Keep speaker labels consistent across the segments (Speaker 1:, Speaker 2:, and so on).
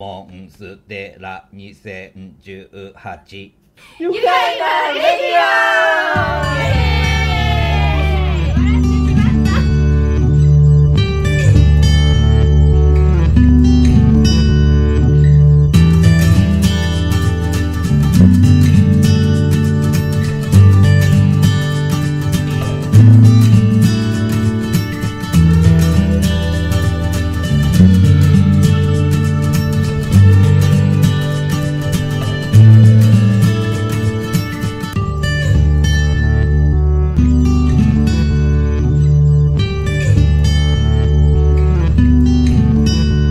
Speaker 1: モンステラ2018
Speaker 2: 愉快なレデ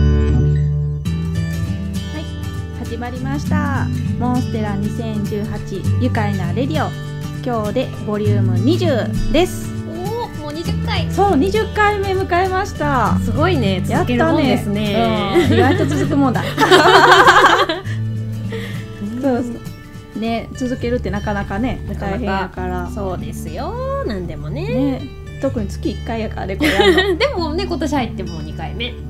Speaker 3: はい、始まりました。モンステラ2018愉快なレディオ。今日でボリューム20です。
Speaker 4: おおもう20回
Speaker 3: そう、20回目迎えました。
Speaker 2: すごいね
Speaker 3: や
Speaker 2: 続
Speaker 3: っ
Speaker 2: ける
Speaker 3: た
Speaker 2: もんで
Speaker 3: ね。
Speaker 2: すね
Speaker 3: うん意外と続くもんだ。 そうそう。ね、続けるってなかなかね、
Speaker 2: なかなか
Speaker 3: 大変やから。
Speaker 2: そうですよなんでもね
Speaker 3: ね、特に月1回やからね、これや るの
Speaker 4: でもね今年入ってもう2回目
Speaker 3: 確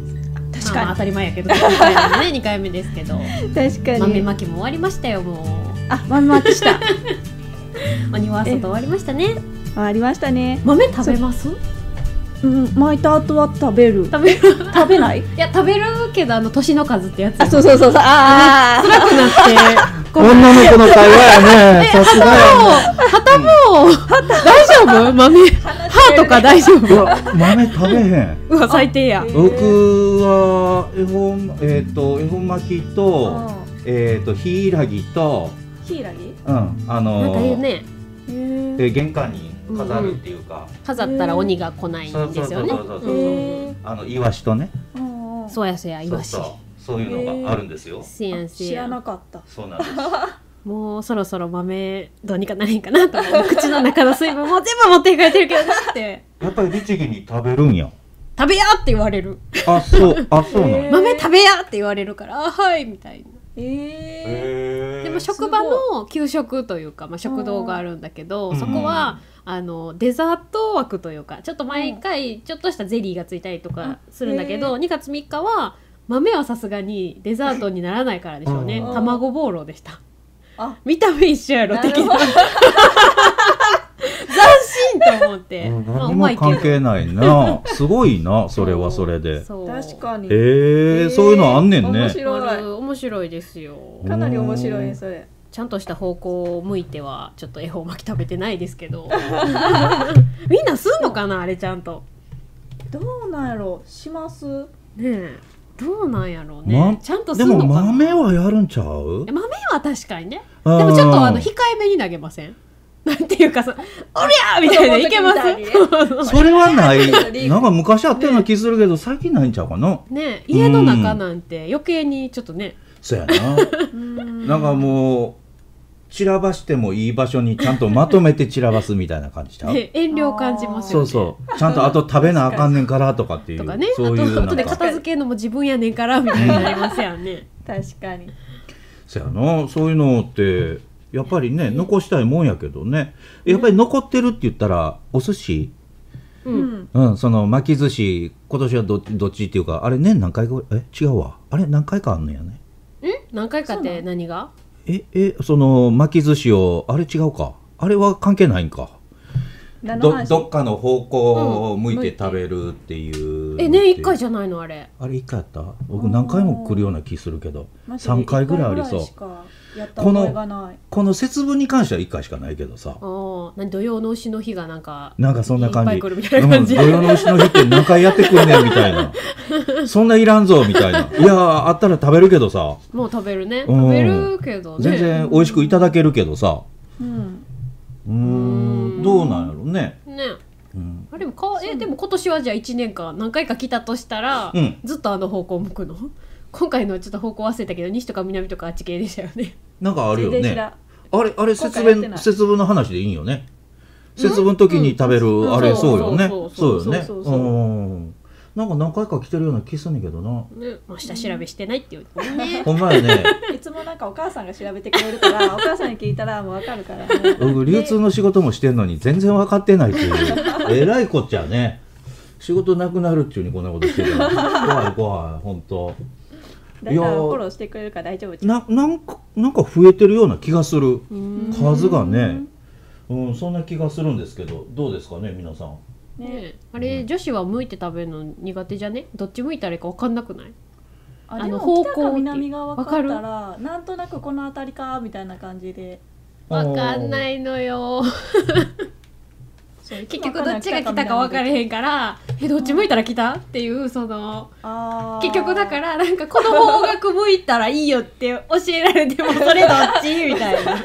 Speaker 2: まあまあ
Speaker 3: か
Speaker 2: 当たり前や けど2回目ね二回目ですけど
Speaker 3: に。確か
Speaker 2: 豆
Speaker 3: に。
Speaker 2: まきも終わりましたよも
Speaker 3: あ、豆まきした。
Speaker 2: うお庭外終わりましたね
Speaker 3: 終わりましたね。
Speaker 2: 豆食べます
Speaker 3: うん、巻いた後は食べる。
Speaker 2: 食べる
Speaker 3: 食べない
Speaker 2: いや食べるけどあの年の数ってやつ
Speaker 3: あ、そうそうそうそう。ああ。
Speaker 2: 辛くな ってこう
Speaker 5: 女の子の会話やね。 さすがやね。
Speaker 2: 旗も 大丈夫豆歯とか大丈
Speaker 5: う
Speaker 2: 夫
Speaker 5: わ、豆食べへん。
Speaker 2: うわ最低や
Speaker 5: 僕は恵本えっ、と恵本巻きとえっ、とヒイラギと
Speaker 3: ヒイラギ
Speaker 5: うん
Speaker 2: な
Speaker 5: あ
Speaker 2: ん
Speaker 5: の
Speaker 2: か言うね
Speaker 3: へ
Speaker 5: で玄関に飾るっていうか、
Speaker 2: 飾ったら鬼が来ないんですよね
Speaker 5: そうそうそうそう
Speaker 2: うん
Speaker 3: え
Speaker 5: あのイワシとね、
Speaker 2: そうやそうやイワシ
Speaker 5: そうそうそういうのがあるんですよ。
Speaker 2: せやんせ
Speaker 3: 知
Speaker 2: や
Speaker 3: ら
Speaker 2: ん
Speaker 3: なかった
Speaker 5: そうなんです。
Speaker 2: もうそろそろ豆どうにかなれんかなと思う口の中の水分もう全部持っていかれてるけどなって
Speaker 5: やっぱり律儀に食べるん や。
Speaker 2: 食べやって言われる
Speaker 5: あ、そう、あ、そうなん。
Speaker 3: へ
Speaker 5: へ
Speaker 3: ー
Speaker 2: 豆食べやって言われるからあはいみたいな
Speaker 3: え
Speaker 5: え
Speaker 2: でも職場の給食というか、まあ、食堂があるんだけど、
Speaker 5: うん
Speaker 2: そこはあのデザート枠というかちょっと毎回ちょっとしたゼリーがついたりとかするんだけど、
Speaker 3: う
Speaker 2: 2月3日は豆はさすがにデザートにならないからでしょうね、
Speaker 5: うん
Speaker 2: 卵ボーロでした
Speaker 3: あ
Speaker 2: 見た目一緒やろ
Speaker 3: な
Speaker 2: 的
Speaker 3: るほ
Speaker 2: な
Speaker 3: ど
Speaker 2: 斬新と思 って、
Speaker 5: うん
Speaker 2: まあ
Speaker 5: 何
Speaker 2: うまい
Speaker 5: も
Speaker 2: けど
Speaker 5: 関係ない な。すごいな、それはそれで。
Speaker 2: そう
Speaker 3: 確かに
Speaker 5: えー、そういうのあんねん
Speaker 3: 面
Speaker 5: ね。
Speaker 2: あ
Speaker 3: 白い
Speaker 2: る面白いですよ
Speaker 3: かなり面白いねそれ
Speaker 2: ちゃんとした方向を向いてはちょっと恵方巻き食べてないですけ どみんなすんのかなあれちゃんと
Speaker 3: どうなんやろします
Speaker 2: ねえどうなんやろう
Speaker 5: ま
Speaker 2: ねちゃんとす
Speaker 5: で
Speaker 2: んの
Speaker 5: も
Speaker 2: かな
Speaker 5: 豆はやるんちゃう
Speaker 2: 豆は確かにね
Speaker 5: で
Speaker 2: でもちょっとあの控えめに投げませんなんていうかさ「おりゃ!」みたいな
Speaker 3: 子供の時
Speaker 2: いけま
Speaker 3: み
Speaker 2: す
Speaker 3: たいに
Speaker 2: そうそ う
Speaker 5: それは ない。なんか昔あったような気するけど、最近ないんちゃうかな。
Speaker 2: ねえ家の中なんて余計にちょっとね
Speaker 5: そ やな。
Speaker 3: な
Speaker 5: なんかもう、散らばしてもいい場所にちゃんとまとめて散らばすみたいな感じちゃ う。
Speaker 2: ね遠慮を感じます
Speaker 5: そ
Speaker 2: よ
Speaker 5: う
Speaker 2: ね
Speaker 5: そう。ちゃんとあと食べなあかんねんからとかってい
Speaker 2: と
Speaker 5: う
Speaker 2: かね。あ
Speaker 5: そういう
Speaker 2: と
Speaker 5: な
Speaker 2: あと
Speaker 5: ん
Speaker 2: で
Speaker 5: か。
Speaker 2: 片付けるのも自分やねんからみたいになりますやんね
Speaker 3: 確かに
Speaker 5: そやな。そういうのって、やっぱりね、残したいもんやけどね。やっぱり残ってるって言ったら、お寿司
Speaker 2: う
Speaker 3: うんん
Speaker 5: うん、その巻き寿司、今年はどどっちっていうか、あれ年何回か、え、違うわ。あれ何回かあんのやね。
Speaker 2: 何回かって何が
Speaker 5: え、え、その巻き寿司を、あれ違うか。あれは関係ないんか。
Speaker 3: 何の
Speaker 5: ど、
Speaker 3: 話
Speaker 5: どっかの方向を向い
Speaker 2: うん向い
Speaker 5: て
Speaker 2: て
Speaker 5: 食べるっていう。
Speaker 2: えね一回じゃないのあれ
Speaker 5: あれ一回やった僕何回も来るような気するけど。
Speaker 3: マジで
Speaker 5: 3回ぐらいありそう
Speaker 3: 一回ぐらいしかやった覚えがない
Speaker 5: この節分に関しては一回しかないけどさ。
Speaker 2: ああ何土曜の牛の日がなんか
Speaker 5: なんかそんな感じ。
Speaker 2: いっぱい来るみたいな感じ
Speaker 5: うん、土曜の牛の日って何回やってくんねんみたいな。そんないらんぞみたいな。いやー、あったら食べるけどさ。
Speaker 2: もう食べるね
Speaker 5: うん
Speaker 2: 食べるけどね
Speaker 5: 全然美味しくいただけるけどさ。
Speaker 3: うん
Speaker 5: うーんどうなんやろうね。
Speaker 2: ね
Speaker 5: うん、
Speaker 2: あれもかえでも今年はじゃあ1年間何回か来たとしたら、
Speaker 5: うん
Speaker 2: ずっとあの方向向くの今回のはちょっと方向忘れたけど西とか南とかあっち系でしたよね
Speaker 5: なんかあるよ
Speaker 3: 全然知ら
Speaker 5: ね。
Speaker 3: ん
Speaker 5: あれ、あれ
Speaker 3: 今
Speaker 5: 節
Speaker 3: 回やって
Speaker 5: 分
Speaker 3: ない
Speaker 5: 節分の話でいいんよね。節分の時に食べる
Speaker 2: ん
Speaker 5: あ
Speaker 2: う
Speaker 5: れ
Speaker 2: ん
Speaker 5: そうよね
Speaker 2: そう。そ
Speaker 5: そううよね。
Speaker 3: そうそうそうそう
Speaker 5: うん。なんか何回か来てるような気すんねんけどな。
Speaker 2: ね、まあ、下調べしてないっていうね
Speaker 5: ほんまやね。
Speaker 3: いつもなんかお母さんが調べてくれるからお母さんに聞いたらもうわかるからね
Speaker 5: 僕流通の仕事もしてんのに全然分かってないっ ていう。えらいこっちゃ ね。仕事なくなるっちゅうにこんなことしてたら。怖い怖い、ほんと。
Speaker 3: だんだんフォローしてくれるから大丈夫ちゃう
Speaker 5: ななんかなんか増えてるような気がする
Speaker 2: うん
Speaker 3: か
Speaker 5: 数がねうんそんな気がするんですけどどうですかね皆さん
Speaker 3: ね
Speaker 2: ねあれ女子は向いて食べるの苦手じゃねどっち向いたらいいか分かんなくない
Speaker 3: あ
Speaker 2: の
Speaker 3: でも
Speaker 2: 方向
Speaker 3: 北か南が分かったらなんとなくこの辺りかみたいな感じで
Speaker 2: 分かんないいの よ
Speaker 3: そう
Speaker 2: 結局どっちが来たか分かれへんからえどっち向いたら来たっていうその
Speaker 3: あー
Speaker 2: 結局だ からなんかこの方角向いたらいいよって教えられてもそれどっちみたいな こ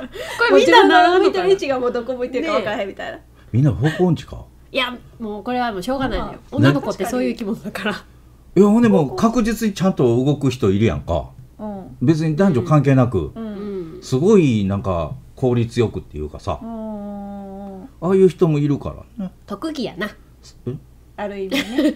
Speaker 3: もう
Speaker 2: れみ
Speaker 3: 自
Speaker 2: んな
Speaker 3: 分
Speaker 2: なら
Speaker 3: の
Speaker 2: ん
Speaker 3: 向い
Speaker 2: の
Speaker 3: て
Speaker 2: か
Speaker 3: る
Speaker 2: な
Speaker 3: 位
Speaker 2: い
Speaker 3: 置がもうどこ向いてるか分からへんみたいな、
Speaker 5: みんな方向音痴か
Speaker 2: やもうこれはもうしょうがないのよ
Speaker 5: あ
Speaker 2: 女の子ってそういう生き物だから
Speaker 5: いやほんでもう確実にちゃんと動く人いるやんか
Speaker 3: うん
Speaker 5: 別に男女関係なく、
Speaker 2: う
Speaker 3: う
Speaker 2: んん
Speaker 5: すごいなんか効率よくっていうかさ
Speaker 3: うん
Speaker 5: ああいう人もいるからね
Speaker 2: 特技やな
Speaker 5: え
Speaker 3: ある意味 ね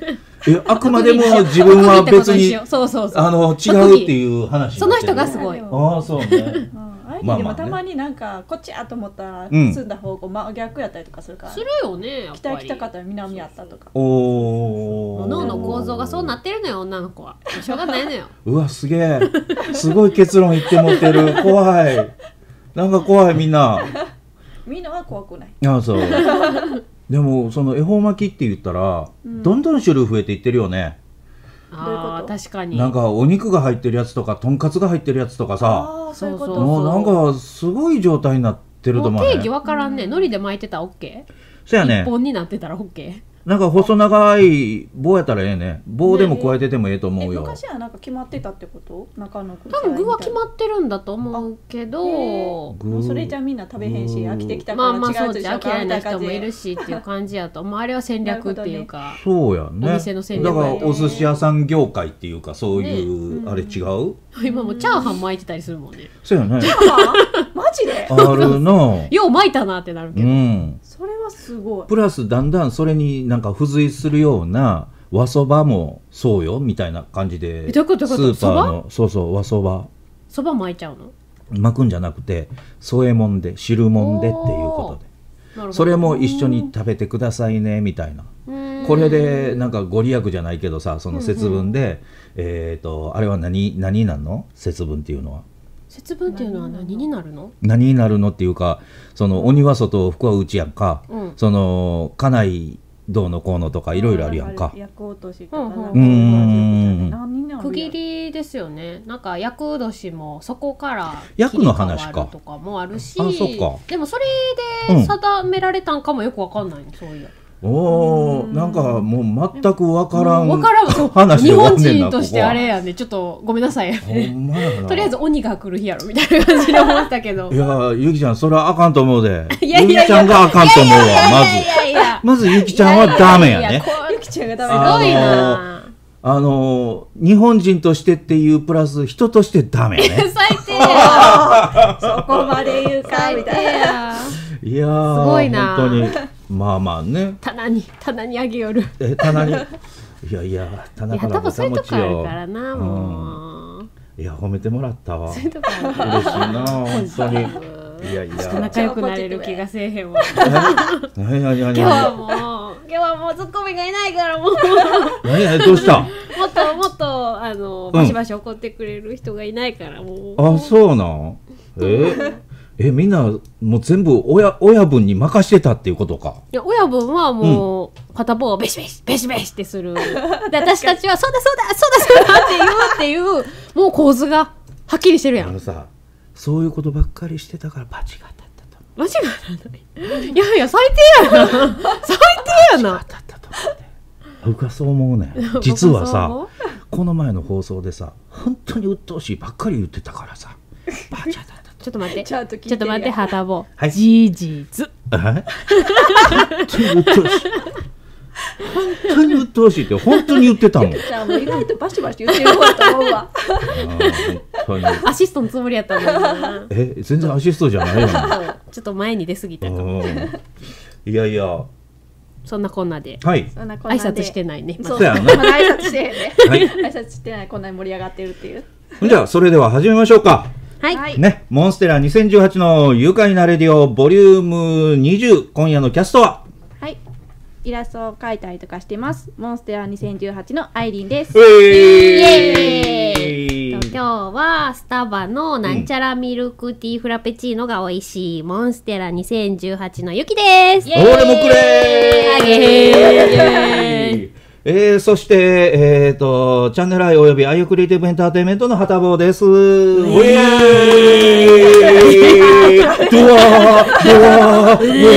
Speaker 5: えあくまでも自分は
Speaker 2: 特技っ
Speaker 5: 別に
Speaker 2: てことしようそうそうそう
Speaker 5: あの違うっていう話
Speaker 2: そ
Speaker 5: にな
Speaker 2: の
Speaker 5: ってる
Speaker 2: 人がすごい
Speaker 3: うん
Speaker 5: ああそうね
Speaker 3: うん、あれ
Speaker 5: まあまあ
Speaker 3: で
Speaker 5: ね
Speaker 3: もたまになんかこっちやと思ったら
Speaker 5: うん
Speaker 3: 住んだ方向真逆やったりとかするから、
Speaker 2: するよねやっ
Speaker 3: 北
Speaker 2: ぱ
Speaker 3: へ
Speaker 2: り
Speaker 3: 来たかったら南やったとか
Speaker 5: おお
Speaker 2: 脳の構造がそうなってるのよ女の子はしょうがないの よ
Speaker 5: うわすげえすごい結論言って持ってる怖いなんか怖いみんな
Speaker 3: みんなは怖くない
Speaker 5: ああそうでもその恵方巻きって言ったら、
Speaker 3: うん
Speaker 5: どんどん種類増えていってるよね
Speaker 2: ああ確かに
Speaker 5: なんかお肉が入ってるやつとかとんかつが入ってるやつとかさ
Speaker 3: あーそういうこと
Speaker 2: そう
Speaker 5: もうなんかすごい状態になってると
Speaker 2: も
Speaker 5: 思
Speaker 2: う
Speaker 5: うね
Speaker 2: 定義わからんね海苔で巻いてたら OK
Speaker 5: そや
Speaker 2: 一
Speaker 5: ね
Speaker 2: 本になってたら OK
Speaker 5: なんか細長い棒やったらええね棒でも加えててもええと思
Speaker 3: え
Speaker 5: うよ、
Speaker 3: 昔はなんか決まってたってこと中の具
Speaker 2: 多分具は決
Speaker 3: っ
Speaker 2: まってるんだと思うけど
Speaker 5: 具
Speaker 3: もうそれじゃみんな食べへんし
Speaker 5: うん
Speaker 3: 飽きてきた
Speaker 2: まあま
Speaker 3: か
Speaker 2: あそ
Speaker 3: ら違
Speaker 2: うう
Speaker 3: でし
Speaker 2: じ
Speaker 3: ょ
Speaker 2: ゃ
Speaker 3: う
Speaker 2: あ
Speaker 3: か
Speaker 2: 嫌い
Speaker 3: みた
Speaker 2: ない
Speaker 3: な
Speaker 2: 人
Speaker 3: 感じ
Speaker 2: もいる
Speaker 3: で
Speaker 2: しっていう感じや とまああれは戦略っていうか、
Speaker 5: そうやね
Speaker 2: お店の戦
Speaker 5: だ
Speaker 2: 略
Speaker 5: から
Speaker 2: で
Speaker 5: お寿司屋さん業界っていうかそういう、
Speaker 3: ね
Speaker 5: あれ違う
Speaker 2: 今もうチャーハン巻いてたりするもんね
Speaker 5: そうやね
Speaker 3: はあマジで
Speaker 5: あるな
Speaker 2: よう巻いたなってなるけ
Speaker 5: う
Speaker 2: ど、
Speaker 5: ん
Speaker 3: それはすごい
Speaker 5: プラスだんだんそれになんか付随するような和そばもそうよみたいな感じで
Speaker 2: えどういうことどういうこと
Speaker 5: スーパーのそうそう和そば
Speaker 2: そば巻いちゃうの
Speaker 5: 巻くんじゃなくて添えもんで汁もんでっていうことで
Speaker 2: なるほど
Speaker 5: それも一緒に食べてくださいねみたいなこれでなんかご利益じゃないけどさその節分で、えっ、とあれは何何なんの節分っていうのは
Speaker 2: 節分っていうのは何になるの
Speaker 5: 何になるのっていうかその鬼は外福は内やんか、
Speaker 2: うん
Speaker 5: その家内どうのこうのとかいろいろあるやんか
Speaker 3: 焼く落としとかなんか
Speaker 2: うん
Speaker 5: うん
Speaker 3: 何になる
Speaker 2: 区切りですよねなんか厄年もそこから
Speaker 5: 厄の話
Speaker 2: 切
Speaker 5: か
Speaker 2: り替わるとかもあるし
Speaker 5: あそっか
Speaker 2: でもそれ
Speaker 5: うん
Speaker 2: で定められたんかもよくわかんないのそういう
Speaker 5: お
Speaker 3: う
Speaker 5: ー
Speaker 3: ん
Speaker 5: なんかもう全く分からん
Speaker 2: わからんそう
Speaker 5: 話で
Speaker 2: 日
Speaker 5: 終わ
Speaker 2: 本
Speaker 5: んねんな
Speaker 2: 人として
Speaker 5: ここは
Speaker 2: あれやねちょっとごめんなさい
Speaker 5: ほんまやな
Speaker 2: とりあえず鬼が来る日やろみたいな感じで思ったけど
Speaker 5: いやゆきちゃんそれはあかんと思うで
Speaker 2: いやいやいや
Speaker 5: ゆきちゃんがあかんと思うわまず
Speaker 2: いやいや
Speaker 5: まずゆきちゃんはダメやね
Speaker 2: いいこ
Speaker 3: ゆきちゃんが
Speaker 2: す
Speaker 3: ダメだ
Speaker 2: ごいなぁ
Speaker 5: あのー日本人としてっていうプラス人としてダメね
Speaker 2: 最低や
Speaker 3: そこまで言うかみ
Speaker 2: 最低
Speaker 3: たいな
Speaker 2: や
Speaker 5: いやー
Speaker 2: すごいな
Speaker 5: 本当にまあまあね
Speaker 2: 棚に棚にあげよる
Speaker 5: え 棚にいやいや
Speaker 2: い
Speaker 5: 棚
Speaker 2: や
Speaker 5: から
Speaker 2: 多
Speaker 5: ぼ
Speaker 2: 分そ
Speaker 5: た
Speaker 2: ういう
Speaker 5: も
Speaker 2: と
Speaker 5: ち
Speaker 2: こある
Speaker 5: よ
Speaker 2: からな
Speaker 5: うん
Speaker 2: もう
Speaker 5: いや褒めてもらっ たわ
Speaker 2: そうい
Speaker 5: 嬉し
Speaker 2: うとこある
Speaker 5: い
Speaker 2: から
Speaker 5: な本当にいやい
Speaker 2: ちょっと
Speaker 5: や
Speaker 2: 仲良くなれる気がせえへんわ
Speaker 5: 何や何
Speaker 2: 今日は
Speaker 5: や
Speaker 2: もう今日はもうツッコミがいないからもう
Speaker 5: 何やどうした
Speaker 2: もっともっとあの
Speaker 5: ん
Speaker 2: バシバシ怒ってくれる人がいないからもう
Speaker 5: あそうなんええみんなもう全部親親分に任してたっていうことか
Speaker 2: いや親分はもう片棒をベシベシベシベシって するで私たちはそうだそうだそうだそうだって言うっていうもう構図がはっきりしてる
Speaker 5: あ
Speaker 2: やん
Speaker 5: のさそういうことばっかりしてたからバチが当たったと
Speaker 2: 間違いないいやいや最低やな最低やな
Speaker 5: だったと思って 僕はそう思うねん実は
Speaker 2: 僕
Speaker 5: さ
Speaker 2: は
Speaker 5: この前の放送でさ本当に鬱陶しいばっかり言ってたから さバチャだった
Speaker 2: ちょっと待って
Speaker 3: ちゃんと聞いて
Speaker 2: ちょっと待って旗棒
Speaker 5: はい
Speaker 2: 事実
Speaker 5: え本当に鬱陶しい本当に鬱陶しいって本当に言ってたもんあ
Speaker 3: じゃあもう意外とバシバシ言ってる方だと思うわ
Speaker 5: ー本当に
Speaker 2: アシストのつもりやったんだけどな
Speaker 5: え全然アシストじゃないよね
Speaker 2: ちょっと前に出過ぎたかも
Speaker 5: うんいやいやは
Speaker 2: そんなこんなで
Speaker 5: い
Speaker 3: そんなこん
Speaker 2: 挨
Speaker 3: なんで
Speaker 2: 拶してないね、まだ
Speaker 3: そう
Speaker 5: そうやな
Speaker 3: まだ挨拶してへんね
Speaker 5: はい
Speaker 3: 挨拶してないこんなに盛り上がってるっていう
Speaker 5: じゃあそれでは始めましょうか
Speaker 2: はい、
Speaker 3: い
Speaker 5: ね、モンステラ2018の愉快なレディオボリューム20今夜のキャストは
Speaker 3: はいイラストを描いたりとかしてますモンステラ2018のアイリンです
Speaker 5: イ
Speaker 3: エーイと
Speaker 5: ー
Speaker 3: って
Speaker 2: 今日はスタバのなんちゃらミルクティーフラペチーノが美味しいモンステラ2018のゆきです。
Speaker 5: 俺もくれ
Speaker 2: あげ
Speaker 5: ーえー、そして、えー、とチャンネル愛およびアイオクリエイティブエンターテインメントの旗棒です。ウェーイドワードワードワード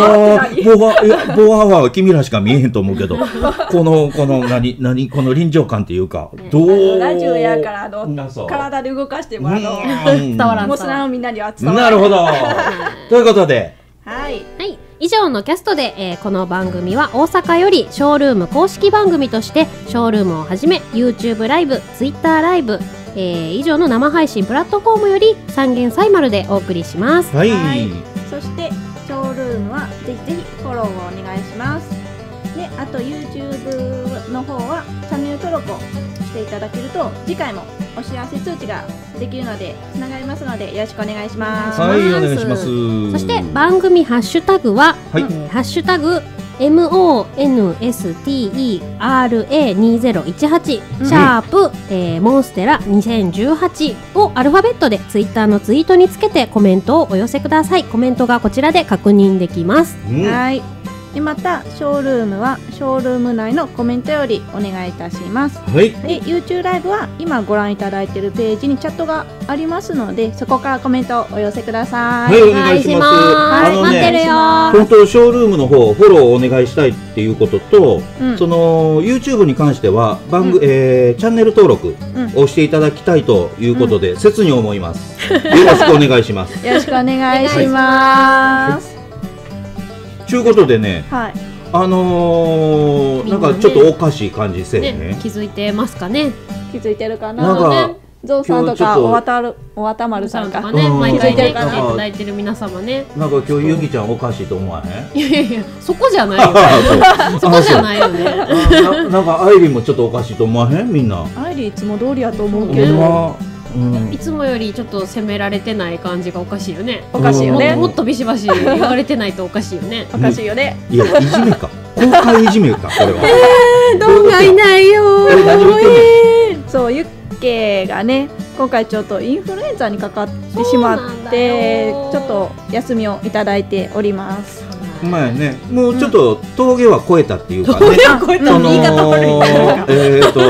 Speaker 5: ワーいやドワーは君らしか見えへんと思うけど、この、この、何、何、この臨場感っていうか、ど
Speaker 3: あの
Speaker 5: う
Speaker 3: ラジオやからあ
Speaker 5: なそ
Speaker 3: の
Speaker 5: う
Speaker 3: 体で動かしてもあの
Speaker 5: うん
Speaker 2: 伝わらん
Speaker 3: もうそのみんなには伝わ
Speaker 5: なるほど。ということで、
Speaker 3: はい
Speaker 2: はい、以上のキャストで、えーこの番組は大阪よりショールーム公式番組としてショールームをはじめ YouTube ライブ Twitter ライブ、えー以上の生配信プラットフォームより三元サイマルでお送りします
Speaker 5: はい。
Speaker 3: はいそしてショールームはぜひぜひフォローをお願いしますであと YouTube の方はチャンネル登録をしていただけると次回もお知らせ通知ができるのでつながりますのでよろしくお願いします
Speaker 5: はい、お願いします。
Speaker 2: そして番組ハッシュタグは、
Speaker 5: はい
Speaker 2: えーハッシュタグ MONSTERA2018、
Speaker 3: うん
Speaker 2: シャープ、えーモンステラ2018をアルファベットでツイッターのツイートにつけてコメントをお寄せくださいコメントがこちらで確認できます
Speaker 5: うん
Speaker 3: はいでまたショールームはショールーム内のコメントよりお願いいたします
Speaker 5: はい。
Speaker 3: で YouTube ライブは今ご覧いただいているページにチャットがありますのでそこからコメントをお寄せください。
Speaker 5: はい、お願いします。
Speaker 2: はい
Speaker 5: あの
Speaker 2: 待ってる
Speaker 5: ね、
Speaker 2: よ
Speaker 5: 本当ショールームの方、フォローお願いしたいっていうことと、
Speaker 3: うん
Speaker 5: その YouTube に関しては番組、えーチャンネル登録
Speaker 3: うん
Speaker 5: をしていただきたいということで、切に思います。よろしくお願い します。
Speaker 3: よろしくお願いします。
Speaker 5: ちゅうことでね、
Speaker 3: はい。
Speaker 5: あのー
Speaker 2: みん
Speaker 5: な
Speaker 2: なんね
Speaker 5: かちょっとおかしい感じせえへん
Speaker 2: ね
Speaker 5: ね。
Speaker 2: 気づいてますかね
Speaker 3: 気づいてるか
Speaker 5: なん
Speaker 3: な。
Speaker 5: か、
Speaker 3: ゾウさんと
Speaker 5: 今日ちょっ
Speaker 3: か
Speaker 5: と
Speaker 3: おわたるおわたまるさ
Speaker 2: と
Speaker 3: んか
Speaker 2: か。ね
Speaker 5: うん
Speaker 2: 毎回ね
Speaker 3: 気づいてるかな
Speaker 2: 来ていただいてる皆様ね
Speaker 5: なんか今日ゆぎちゃんおかしいと思わへ
Speaker 2: い
Speaker 5: ん。
Speaker 2: やいやいやそこじゃないよ
Speaker 5: あ
Speaker 2: そこじゃ
Speaker 5: い。
Speaker 2: ないよね
Speaker 5: ななんかアイリンもちょっとおかしいと思わへんみんな。
Speaker 3: アイリーいつも通りやと思うけ
Speaker 5: 俺
Speaker 3: ど。
Speaker 5: は、うん
Speaker 2: い、つもよりちょっと責められてない感じがおかしいよね
Speaker 3: おかしいよ
Speaker 2: もっと
Speaker 3: ね。
Speaker 2: もっとビシバシ言われてないとおかしいよね
Speaker 3: おかしいよね。
Speaker 5: いやいじめか公開いじめかこれは。どんがい
Speaker 2: ないよ
Speaker 5: え何言ってんの
Speaker 3: そうユッケがね今回ちょっとインフルエンザにかかってしまっ
Speaker 2: そうなん
Speaker 3: て
Speaker 2: だよ
Speaker 3: ちょっと休みをいただいております。
Speaker 5: まあね、もうちょっと峠は越えたっていうかね。
Speaker 3: あ
Speaker 5: その
Speaker 3: 言い方悪いな。
Speaker 5: えっと、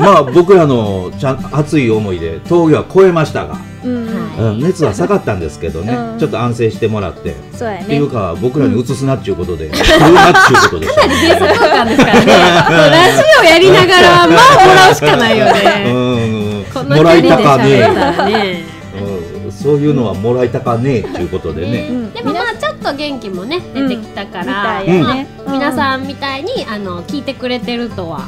Speaker 5: まあ僕らのちゃん熱い思いで峠は越えましたが、
Speaker 3: うん。
Speaker 5: うん熱は下がったんですけどね、
Speaker 3: うん
Speaker 5: ちょっと安静してもらって、
Speaker 3: そうや
Speaker 5: ってい
Speaker 3: ね
Speaker 5: う。か僕らに移すなっていうことで、振るなっていうことでしたね。
Speaker 2: 警察官ですからねラジオやりなが らまあもらうしかないよ
Speaker 5: う
Speaker 2: ね
Speaker 5: ん
Speaker 2: この
Speaker 5: もら
Speaker 2: 距離
Speaker 5: い
Speaker 2: で
Speaker 5: た
Speaker 2: 喋
Speaker 5: か
Speaker 2: った
Speaker 5: ね
Speaker 2: らね
Speaker 5: え、うんそういうのはもらいたかねえっていうことでね。
Speaker 3: うん
Speaker 2: でもまあちょっと元気もね出てきたか
Speaker 3: み
Speaker 2: ら、
Speaker 3: たいよ
Speaker 2: まあ
Speaker 3: ね。う
Speaker 2: 皆さんみたいにあの聞いてくれてるとは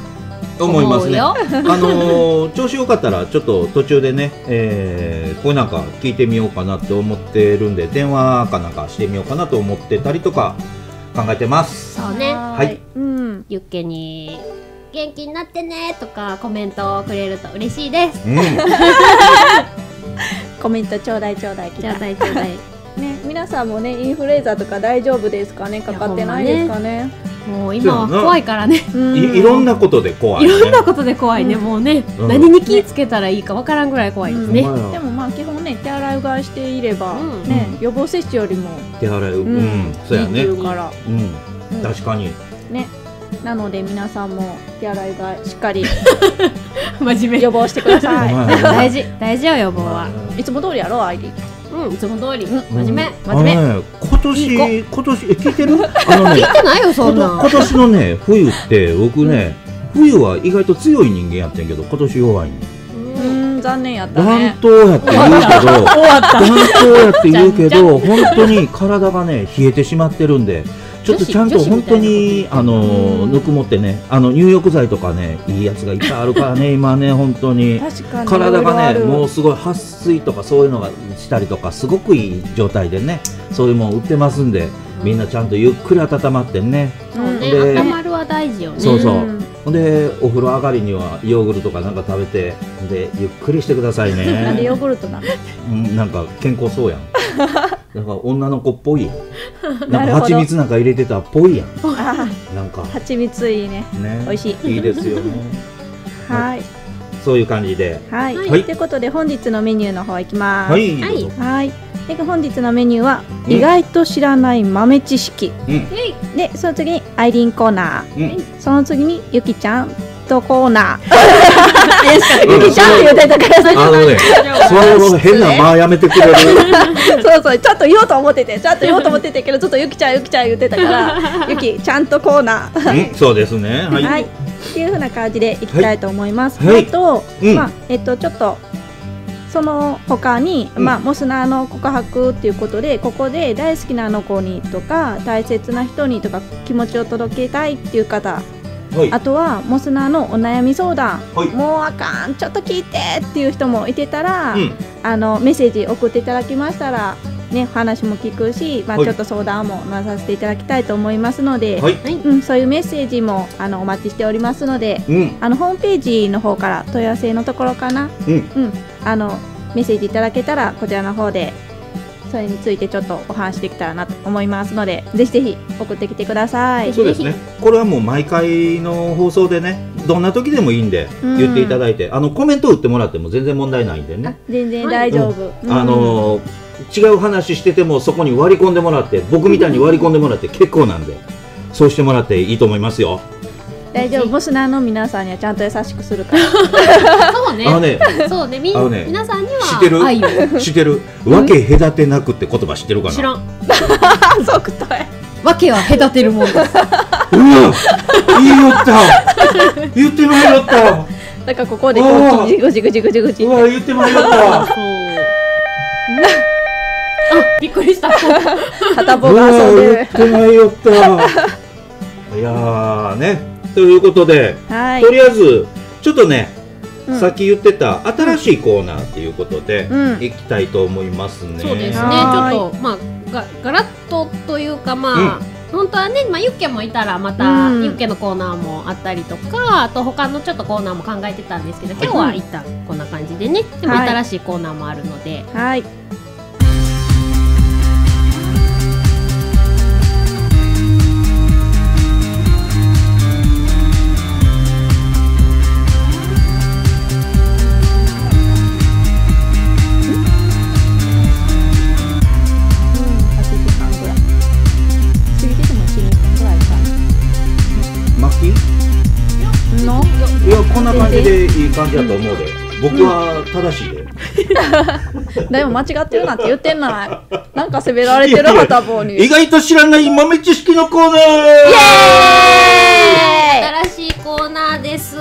Speaker 5: 思いますね。
Speaker 2: 思
Speaker 5: あ
Speaker 2: うよ
Speaker 5: のー調子よかったらちょっと途中でね、えーこれなんか聞いてみようかなって思ってるんで電話かなんかしてみようかなと思ってたりとか考えてます。
Speaker 2: そうね
Speaker 3: は
Speaker 5: はいい。
Speaker 3: うん。
Speaker 2: ユッケに「元気になってね」とかコメントをくれると嬉しいです
Speaker 5: うん、
Speaker 3: コメントちょうだいちょうだい来
Speaker 2: じゃ
Speaker 3: た
Speaker 2: あ大丈夫だい
Speaker 3: ね皆さんもねインフルエンザとか大丈夫ですかねかかってないですかね。
Speaker 2: もう今は怖いからね
Speaker 3: う
Speaker 5: いいろんなことで怖い、
Speaker 2: い
Speaker 5: ね。
Speaker 2: ろんなことで怖いね、
Speaker 3: うん
Speaker 2: もうね、
Speaker 5: うん
Speaker 2: 何に気ぃつけたらいいかわからんぐらい怖いですね、
Speaker 5: ほんまや
Speaker 3: でもまあ基本ね手洗いうがいしていれば
Speaker 2: うん
Speaker 3: ね予防接種よりも
Speaker 5: 手洗い、うん、
Speaker 3: うん
Speaker 5: そう
Speaker 3: いい
Speaker 5: や
Speaker 3: って
Speaker 5: ね。
Speaker 3: いうから
Speaker 5: うん、
Speaker 3: うん
Speaker 5: 確かに。
Speaker 3: ねなので皆さんも手洗いうがいしっかり
Speaker 2: 真面目
Speaker 3: 予防してくださ
Speaker 5: ほん
Speaker 3: い。
Speaker 5: まや
Speaker 2: 大事大事よ予防は、
Speaker 3: いつも通りやろアイリー。
Speaker 2: うんいつも通り、
Speaker 5: うん
Speaker 2: 真面目真面
Speaker 5: あ
Speaker 2: 目
Speaker 5: のね今年、今年、え、聞い てる。あのね
Speaker 2: 聞い、てないよそ
Speaker 5: こ
Speaker 2: ん
Speaker 5: と
Speaker 2: な
Speaker 5: 今年のね、冬って、僕ね。冬は意外と強い人間やってんけど、今年弱いね。
Speaker 3: うーん残念やった
Speaker 5: 暖
Speaker 3: ね。
Speaker 5: 冬やって言うけ ど、 暖冬やって言うけ
Speaker 2: じゃん
Speaker 5: ど、本当に体がね、冷えてしまってるんで、ちょっとちゃんと
Speaker 2: 女子
Speaker 5: 本当に、あ
Speaker 3: う
Speaker 5: の、
Speaker 3: ん
Speaker 5: ぬくもってね、あの、入浴剤とかね、いいやつがいっぱいあるからね、今ね、本当に。
Speaker 3: 確かに
Speaker 5: 体がね、もう
Speaker 3: う
Speaker 5: すごい撥水とかそういうのがしたりとか、すごくいい状態でね、そういうもん売ってますんで、みんなちゃんとゆっくり温まってね、
Speaker 2: そうね
Speaker 5: で
Speaker 2: 頭るは大事よね
Speaker 5: そうそうほんで、お風呂上がりにはヨーグルトかなんか食べて、ほんで、ゆっくりしてください
Speaker 3: なんで
Speaker 5: ね。
Speaker 3: ヨーグルトなの。
Speaker 5: うんなんか健康そう やん。なんか女の子っぽいやん。な
Speaker 3: なんる
Speaker 5: か
Speaker 3: ほど
Speaker 5: 蜂蜜なんか入れてたっぽいやん。
Speaker 3: あ
Speaker 5: なんか
Speaker 3: ー、蜂蜜いいね。
Speaker 5: ね。
Speaker 3: 美味しい。
Speaker 5: いいですよね。
Speaker 3: はい。
Speaker 5: そそういう感じで。
Speaker 3: はい、
Speaker 2: はい
Speaker 3: ということで本日のメニューの方いきます
Speaker 5: はい。
Speaker 2: はい
Speaker 5: どうぞ
Speaker 3: はいで本日のメニューは
Speaker 5: うん
Speaker 3: 意外と知らない豆知識、
Speaker 5: うん
Speaker 6: えい
Speaker 3: でその次にアイリーンコーナー
Speaker 5: うん。
Speaker 3: その次にゆきちゃんとコー ナー
Speaker 2: 怪しかった
Speaker 5: うん
Speaker 3: ゆきちゃんって言ってたからそれ
Speaker 5: あのね、そういう変な間やめ てくれる。
Speaker 3: そうそうちょっと言おうと思っててちょっと言おうと思っててけどちょっとゆきちゃんゆきちゃん言ってた からゆきちゃんとコーナー
Speaker 5: うん、そうですね。は
Speaker 3: はい、
Speaker 5: い。
Speaker 3: っていうふうな感じでいきたいと思います。
Speaker 5: はい
Speaker 3: あと、
Speaker 5: うん
Speaker 3: まあえっとちょっとその他に、
Speaker 5: うん
Speaker 3: まあモスナーの告白っていうことでここで大好きなあの子にとか大切な人にとか気持ちを届けたいっていう方、
Speaker 5: はい。
Speaker 3: あとはモスナーのお悩み相談、
Speaker 5: はい
Speaker 3: もうあかんちょっと聞いてっていう人もいてたら、
Speaker 5: うん。
Speaker 3: あのメッセージ送っていただきましたら。ね、話も聞くし、まあ、
Speaker 5: はい
Speaker 3: ちょっと相談もなさせていただきたいと思いますので、
Speaker 5: はい。
Speaker 3: うん、そういうメッセージもあのお待ちしておりますので
Speaker 5: うん。
Speaker 3: あのホームページの方から問い合わせのところかな、
Speaker 5: うん
Speaker 3: あのメッセージいただけたらこちらの方でそれについてちょっとお話しできたらなと思いますのでぜひぜひ送ってきてください。
Speaker 5: そうですね。これはもう毎回の放送でね、どんな時でもいいんで、
Speaker 3: うん
Speaker 5: 言っていただいて、あの、コメント打ってもらっても全然問題ないんでね。
Speaker 3: 全然
Speaker 2: はい
Speaker 3: 大丈夫、うん
Speaker 5: あのー違う話しててもそこに割り込んでもらって僕みたいに割り込んでも らって結構なんでそうしてもらっていいと思いますよ、
Speaker 3: 大丈夫ボスナーの皆さんにはちゃんと優しくする から
Speaker 2: そう
Speaker 5: あの
Speaker 2: ね
Speaker 5: ね
Speaker 2: そうねみ
Speaker 5: あの
Speaker 2: ん
Speaker 5: ね
Speaker 2: 皆さんに
Speaker 5: 知ってる
Speaker 2: は愛を
Speaker 5: 知ってる分け隔てなくって言葉知ってるかな
Speaker 2: 知らん
Speaker 3: 家族とへ
Speaker 6: わけは隔てるもんです。
Speaker 5: うん言いよった言ってまいよった
Speaker 3: だからここで
Speaker 5: おー
Speaker 3: ぐじぐじぐじぐじぐじ
Speaker 5: うわ言ってまいよ った
Speaker 2: そうあびっくりした
Speaker 3: 片
Speaker 5: う
Speaker 3: 棒が
Speaker 5: わ
Speaker 3: 遊んで
Speaker 5: 言
Speaker 3: る
Speaker 5: ってまいよった いやーねということで、
Speaker 3: はい
Speaker 5: と、りあえずちょっとね、
Speaker 3: うん
Speaker 5: さっき言ってた新しいコーナーということで、
Speaker 3: うん
Speaker 5: いきたいと思いますね
Speaker 2: そうですね、ちょ
Speaker 3: はーい
Speaker 2: っと、まあ、が、ガラッとというか、まあ。本当はね、まあ、ユッケもいたらまた、
Speaker 3: うん
Speaker 2: ユッケのコーナーもあったりとかあと他のちょっとコーナーも考えてたんですけど今日は一旦こんな感じでねでも
Speaker 3: はい
Speaker 2: 新しいコーナーもあるので、
Speaker 3: はい
Speaker 5: 巻き
Speaker 3: の
Speaker 5: いやこんな感じでいい感じだと思うで僕は正しいで、
Speaker 3: でも間違ってるなんて言ってないなんか責められてる旗棒に
Speaker 5: 意外と知らない豆知識のコーナーイ
Speaker 2: 新しいコーナーです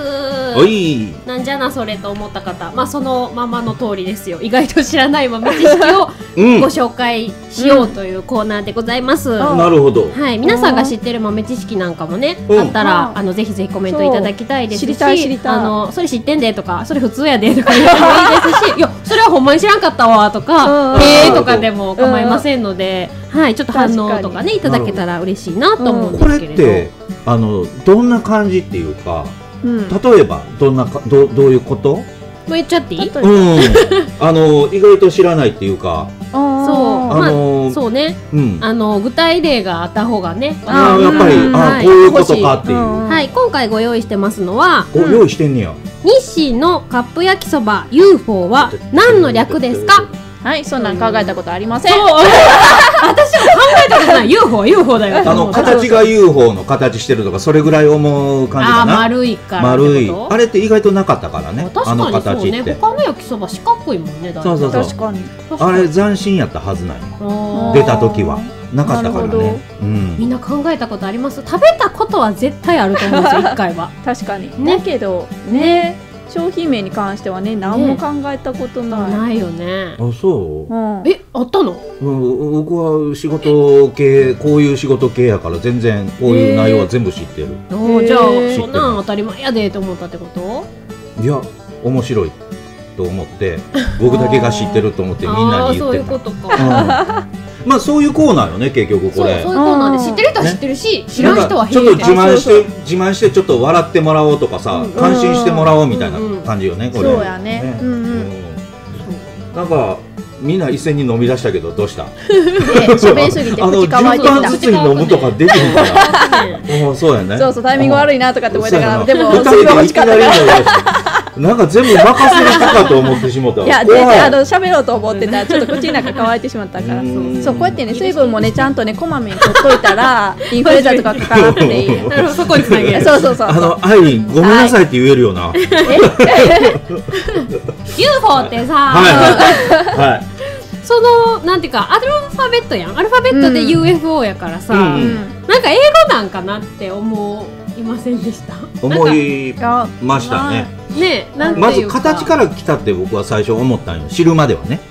Speaker 5: おい
Speaker 2: なんじゃなそれと思った方まあそのままの通りですよ意外と知らない豆知識を
Speaker 5: うん
Speaker 2: ご紹介しようというコーナーでございます、
Speaker 3: ん
Speaker 5: なるほど
Speaker 2: はい、皆さんが知ってる豆知識なんかもね、
Speaker 5: うん
Speaker 2: あった
Speaker 3: う
Speaker 2: ら、
Speaker 3: ん
Speaker 2: あのぜひぜひコメントいただきたいですし、
Speaker 3: そう知りたい知りたい
Speaker 2: あのそれ知ってんでとか、それ普通やでとか言ってもいいですし、いやそれはほんまに知らんかったわとか、
Speaker 3: うん
Speaker 2: へーとかでも構いませんので、はい、ちょっと反応とかねいただけたら嬉しいなと思うんで
Speaker 5: これ
Speaker 2: す
Speaker 5: っ
Speaker 2: けれど。
Speaker 5: てあのどんな感じっていうか
Speaker 3: うん
Speaker 5: 例えばどんなかどどういうこと
Speaker 2: もう言っちゃっていい？
Speaker 5: うん あの意外と知らないっていうか
Speaker 2: そう
Speaker 5: あの
Speaker 2: そうね、
Speaker 5: うん
Speaker 2: あの具体例があった方がね。
Speaker 5: あ
Speaker 3: あ
Speaker 5: ーやっぱり
Speaker 2: うんは
Speaker 5: あ
Speaker 2: い
Speaker 5: こういうことかっ
Speaker 3: 欲し
Speaker 5: てい
Speaker 3: いう
Speaker 5: う
Speaker 2: はい、今回ご用意してますのは、
Speaker 5: お用意してんねや
Speaker 2: 日清のカップ焼きそば UFO は何の略ですか？
Speaker 3: はいそんなん考えたことあ りません
Speaker 2: そう、私も考えたことない。UFO は UFO だよ。
Speaker 5: あの形が UFO の形してるとかそれぐらい思う感じ
Speaker 2: あ
Speaker 5: か
Speaker 2: ー
Speaker 5: な
Speaker 2: 丸いからってこと。
Speaker 5: 丸いあれって意外となかったからね
Speaker 2: 確
Speaker 5: あの
Speaker 2: かに
Speaker 5: 形
Speaker 2: そうね。
Speaker 5: って
Speaker 2: 他の焼きそば四角いもんね。だいたい
Speaker 5: そうそうそう
Speaker 3: 確かに
Speaker 2: 確
Speaker 5: あ
Speaker 2: かに
Speaker 5: れ斬新やったはずなんよ
Speaker 2: あー
Speaker 5: 出た時はなかったから
Speaker 3: なるほ
Speaker 5: ねう
Speaker 2: みん
Speaker 5: ん
Speaker 2: な考えたことあります。食べたことは絶対あると思うん ですよ。一回は。
Speaker 3: 確かに、
Speaker 2: ね
Speaker 3: だけどね商品名に関してはね何も考えたことない、
Speaker 2: ないよね。
Speaker 5: あそう
Speaker 3: うん、
Speaker 2: え、あったの？
Speaker 5: うん僕は仕事系こういう仕事系やから全然こういう内容は全部知ってる
Speaker 2: おー
Speaker 3: へー
Speaker 2: じゃ
Speaker 3: 知
Speaker 2: あ
Speaker 5: って
Speaker 2: そ
Speaker 5: る
Speaker 2: んなん当たり前やでと思ったってこと？
Speaker 5: いや面白いと思って僕だけが知ってると思ってみんな
Speaker 2: ああー
Speaker 5: に言
Speaker 2: そ
Speaker 5: っ
Speaker 2: う
Speaker 5: て
Speaker 2: いう
Speaker 5: た
Speaker 2: こ
Speaker 5: うん
Speaker 2: とか。
Speaker 5: まあそういうコーナーよね結局こ
Speaker 2: そうそう
Speaker 5: れ
Speaker 2: いうことなんで
Speaker 3: うん
Speaker 2: 知ってる人は知ってるし知らん人は
Speaker 5: なんかちょっと
Speaker 2: 平気
Speaker 5: 自慢し
Speaker 3: あそう
Speaker 5: て自慢してちょっと笑ってもらおうとかさ
Speaker 2: うん
Speaker 5: 感心してもらおうみたいな感じよねこれ
Speaker 3: そうやね
Speaker 5: ね
Speaker 3: うんう
Speaker 5: うんんなんかみんな一斉に飲み出したけどどうした
Speaker 3: で喋りすぎて
Speaker 5: あの
Speaker 3: 口
Speaker 5: 10
Speaker 3: 乾いてきた
Speaker 5: 缶ずつに飲むとかできへんからうんそうやね
Speaker 3: そうそうタイミング悪いなとかって思いながらでも
Speaker 5: 二
Speaker 3: それ
Speaker 5: 人
Speaker 3: が
Speaker 5: で
Speaker 3: 欲
Speaker 5: い
Speaker 3: し
Speaker 5: き
Speaker 3: かっ
Speaker 5: な
Speaker 3: た
Speaker 5: り
Speaker 3: から
Speaker 5: 飲み出したなんか全部任せる人かと思ってしもた。
Speaker 3: いや、全
Speaker 5: 怖
Speaker 3: 然あの喋ろうと思ってたら、ちょっと口の中乾いてしまったから、
Speaker 5: う
Speaker 3: そ
Speaker 5: ん
Speaker 3: う、そうこうやってね、水分もね、ちゃんとね、こまめに取っといたら、インフルエンザとかかからなくていい。
Speaker 2: なるほど、そこにつな げる。
Speaker 3: そうそうそう
Speaker 5: あ。の、アイリン、ごめんなさいって言えるよな。はい。
Speaker 2: UFO ってさ、
Speaker 5: はい。
Speaker 2: その、なんていうか、アルファベットやん。アルファベットで
Speaker 7: うん
Speaker 2: UFO やからさ、
Speaker 5: うん
Speaker 3: うん
Speaker 2: なんか英語なんかなって思いませんでした。
Speaker 5: 思い
Speaker 3: あ
Speaker 5: ましたね。
Speaker 2: ねえ、なんて
Speaker 5: ま
Speaker 2: い
Speaker 5: ず
Speaker 2: うか。
Speaker 5: 形から来たって僕は最初思ったんよ。知るまではね。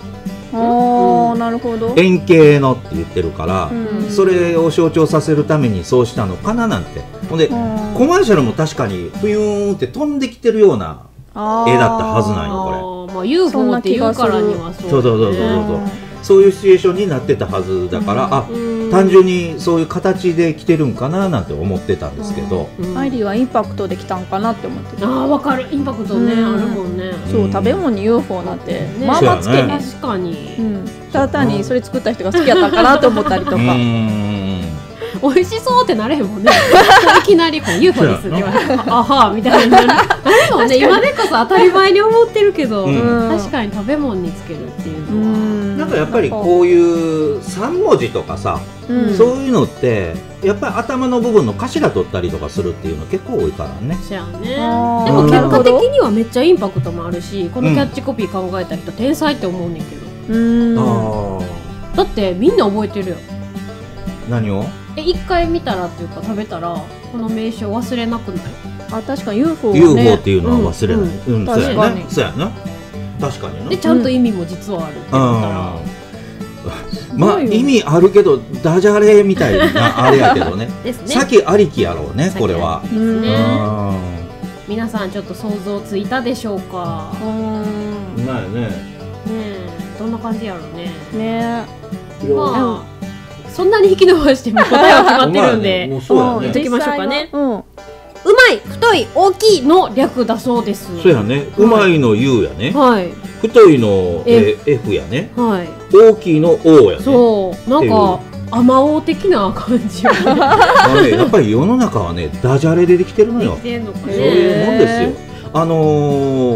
Speaker 3: おー、なるほど。
Speaker 5: 円形のって言ってるから、
Speaker 3: うん
Speaker 5: それを象徴させるためにそうしたのかななんて。ほんで、コマーシャルも確かに、ぷゆーんって飛んできてるような。絵だったはずなんよこれ
Speaker 2: あーまあ UFO って言うからにはそう。
Speaker 5: そうそうそうそう
Speaker 3: う
Speaker 5: そ
Speaker 3: ん
Speaker 5: う。そういうシチュエーションになってたはずだから、あ、
Speaker 2: うん
Speaker 5: 単純にそういう形で来てるんかななんて思ってたんですけど、
Speaker 2: うん
Speaker 3: アイリーはインパクトできたんかなって思って
Speaker 2: あ
Speaker 3: た。
Speaker 2: あ、わかる。インパクトね、
Speaker 3: うん
Speaker 2: あるもんね。
Speaker 5: ん
Speaker 3: そう、食べ物に UFO なんて、
Speaker 2: ね
Speaker 3: まあまあつけへん。
Speaker 5: ね
Speaker 2: 確か
Speaker 3: う
Speaker 2: に。
Speaker 3: ん。ただ単にそれ作った人が好きやったんかなと思ったりと
Speaker 5: う
Speaker 3: か。
Speaker 5: ーん
Speaker 2: 美味しそうってなれへんもんね。いきなりこう UFO ですって言われて、あはーみたいになる。なるもんね、今でこそ当たり前に思ってるけど、
Speaker 5: うん
Speaker 2: 確かに食べ物につけるっていう
Speaker 3: う
Speaker 2: のは。
Speaker 3: ん
Speaker 5: なんかやっぱりこういう3文字とかさ、
Speaker 3: うん
Speaker 5: そういうのってやっぱり頭の部分の頭取ったりとかするっていうの結構多いからね。
Speaker 2: じゃあね
Speaker 3: あー
Speaker 2: でも結果的にはめっちゃインパクトもあるしこのキャッチコピー考えた人天才って思うねんけど
Speaker 3: うん
Speaker 5: あ
Speaker 2: だってみんな覚えてるよ
Speaker 5: ー何を
Speaker 2: え一回見たらっていうか食べたらこの名称忘れなくない
Speaker 3: あ確かに UFO は
Speaker 5: UFO っ
Speaker 3: ね
Speaker 5: ていうのは忘れない。うん、そう
Speaker 3: 確
Speaker 5: や
Speaker 3: か
Speaker 5: ね
Speaker 3: に。
Speaker 5: そうやな。確かにな。
Speaker 2: でちゃんと意味も実はあるって 言ったら、
Speaker 5: うん。ま
Speaker 3: ご
Speaker 5: あ
Speaker 3: いよ
Speaker 5: 意味あるけどダジャレみたいなあれやけどね。
Speaker 2: ですね
Speaker 5: 先ありきやろうね
Speaker 2: 先
Speaker 5: これは。
Speaker 2: ですね
Speaker 5: う
Speaker 2: 皆さんちょっと想像ついたでしょうか
Speaker 3: うー
Speaker 5: ん。うまいね。
Speaker 2: ねえどんな感じやろうね
Speaker 3: んね
Speaker 2: まあそんなに引き伸ばしても答えは決ま ってるん
Speaker 5: うまいねも
Speaker 2: で
Speaker 5: うそうや
Speaker 2: 言っと
Speaker 5: ね。
Speaker 2: きましょうかね
Speaker 3: うん
Speaker 2: うまい太い大きいの略だそうです
Speaker 5: そうやね。うまいの U やね。
Speaker 2: はい
Speaker 5: 太いのえー F やね。
Speaker 2: はい
Speaker 5: 大きいの O やね。
Speaker 2: そう、なんか、アマオ的な感じが
Speaker 5: あのね、やっぱり世の中はね、ダジャレでできてるのよ。
Speaker 2: てんのか
Speaker 5: そういう
Speaker 2: ね。
Speaker 5: もんですよ。あの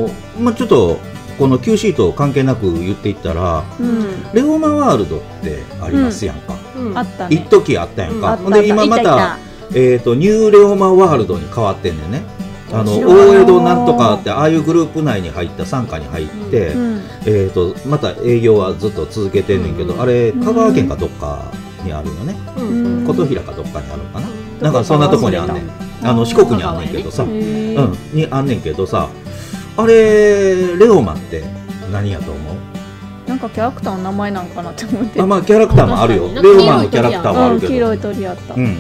Speaker 5: ー、まあちょっと、この Q シート関係なく言っていったら、
Speaker 3: うん
Speaker 5: レオマワールドってありますやんか。
Speaker 2: うん
Speaker 3: あった
Speaker 5: 一
Speaker 3: ね
Speaker 5: 時あったやん
Speaker 2: あ
Speaker 5: か。
Speaker 3: った
Speaker 5: ほんで、今ま
Speaker 3: いた
Speaker 5: た、えっと、ニューレオマワールドに変わってんねんね。あの、
Speaker 2: 面白い
Speaker 5: 大江戸なんとかって、ああいうグループ内に入った、傘下に入って、
Speaker 3: いたうん
Speaker 5: えっと、また営業はずっと続けてんねんけど、
Speaker 2: うん
Speaker 5: あれ、香川県かどっかにあるよね。
Speaker 2: うん
Speaker 5: 琴平かどっかにあるのかな。なんかそんなとこにあんねん。あの四国にあんねんけどさ、
Speaker 3: へ
Speaker 5: う
Speaker 3: ー
Speaker 5: ん、にあんねんけどさ、あれ、レオマって何やと思う
Speaker 3: なんかキャラクターの名前なんかなって思って
Speaker 5: あ、まあキャラクターもあるよ。
Speaker 2: 確かに
Speaker 5: レオマのキャラクターもあ
Speaker 3: う
Speaker 5: る
Speaker 3: ん
Speaker 5: け
Speaker 3: 黄
Speaker 5: ど
Speaker 3: 色。い鳥やった
Speaker 5: うん。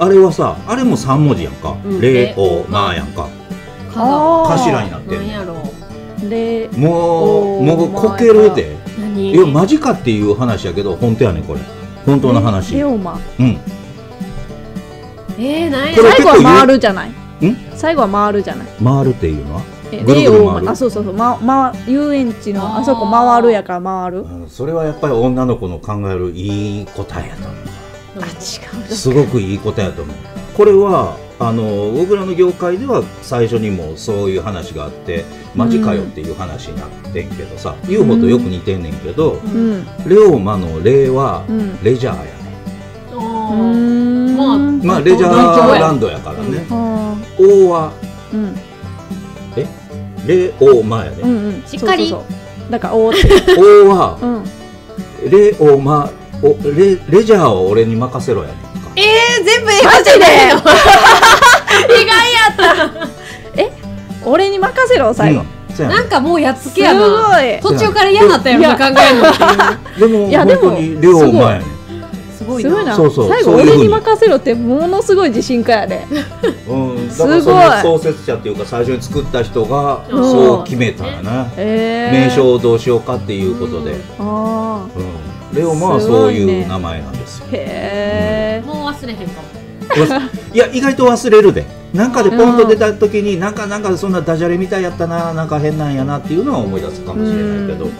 Speaker 5: あれはさ、あれも三文字やんか。
Speaker 2: うん
Speaker 5: レオマやんか。
Speaker 2: あ
Speaker 3: ー
Speaker 5: 頭になって
Speaker 2: なんん
Speaker 5: ねん
Speaker 2: やろう。
Speaker 3: で
Speaker 5: も
Speaker 3: お
Speaker 5: う、
Speaker 3: ー
Speaker 5: もうこけるで。
Speaker 2: 何
Speaker 5: いや、マジかっていう話やけど、本当やねん、これ。本当の話。
Speaker 3: レ
Speaker 5: うん。
Speaker 3: オマ
Speaker 2: えー、なんや
Speaker 5: これ
Speaker 3: 最
Speaker 5: 結
Speaker 3: 後は
Speaker 5: 構言う
Speaker 3: 回るじゃない最後は回るじゃない
Speaker 5: 回るっていうのは
Speaker 3: え
Speaker 5: ぐるぐる回る
Speaker 3: レオマあそうそうそうまま遊園地のあそこ回るやから回る
Speaker 5: うんそれはやっぱり女の子の考えるいい答えやと思う。
Speaker 2: あ
Speaker 5: すごくいいことやと思う。これはあの僕らの業界では最初にもそういう話があってマジかよっていう話になってんけどさ、UFO とよく似てんねんけど、
Speaker 3: う
Speaker 2: うん
Speaker 3: ん
Speaker 5: レオマの「レ」は
Speaker 3: うん
Speaker 5: レジャーやね、
Speaker 3: う
Speaker 2: あ
Speaker 3: ん
Speaker 2: まあ
Speaker 3: うん
Speaker 5: まあレジャーランドやからね、王は
Speaker 3: うん
Speaker 5: レオマや
Speaker 3: う
Speaker 5: ね、
Speaker 3: んうん、
Speaker 2: しっかり
Speaker 3: そうそうそうだからお ーって、
Speaker 5: 王は
Speaker 3: うん、
Speaker 5: レオマおレレジャーを俺に任せろやねんか
Speaker 2: えー、全部英語じゃねえ意外 や
Speaker 3: 俺に任せろ最後、
Speaker 5: うんそうやね
Speaker 2: なんかもうやっつけ
Speaker 3: す
Speaker 2: やな。
Speaker 3: ご
Speaker 2: 途中から嫌になったような考え
Speaker 5: でも
Speaker 3: いやでも
Speaker 5: 本当にレオマやねん
Speaker 2: の。す
Speaker 3: い
Speaker 2: ごい
Speaker 3: すごい
Speaker 2: な。
Speaker 3: な
Speaker 5: そうそう
Speaker 3: 最後
Speaker 5: そういうふうに
Speaker 3: 俺に任せろってものすごい自信家やで、
Speaker 5: うん、だ
Speaker 3: す
Speaker 5: か
Speaker 3: ご
Speaker 5: ら
Speaker 3: い
Speaker 5: その創設者っていうか最初に作った人が
Speaker 2: うん
Speaker 5: そう決めたんやな、
Speaker 3: えー、
Speaker 5: 名称をどうしようかっていうことで、
Speaker 3: あ
Speaker 5: うんレオマはそういう名前なんですよ
Speaker 3: ーへえ、
Speaker 2: もう忘れへんかも。
Speaker 5: いや意外と忘れるでなんかでポンと出た時になんかなんかそんなダジャレみたいやったななんか変なんやなっていうのは思い出すかもしれないけど、
Speaker 3: うん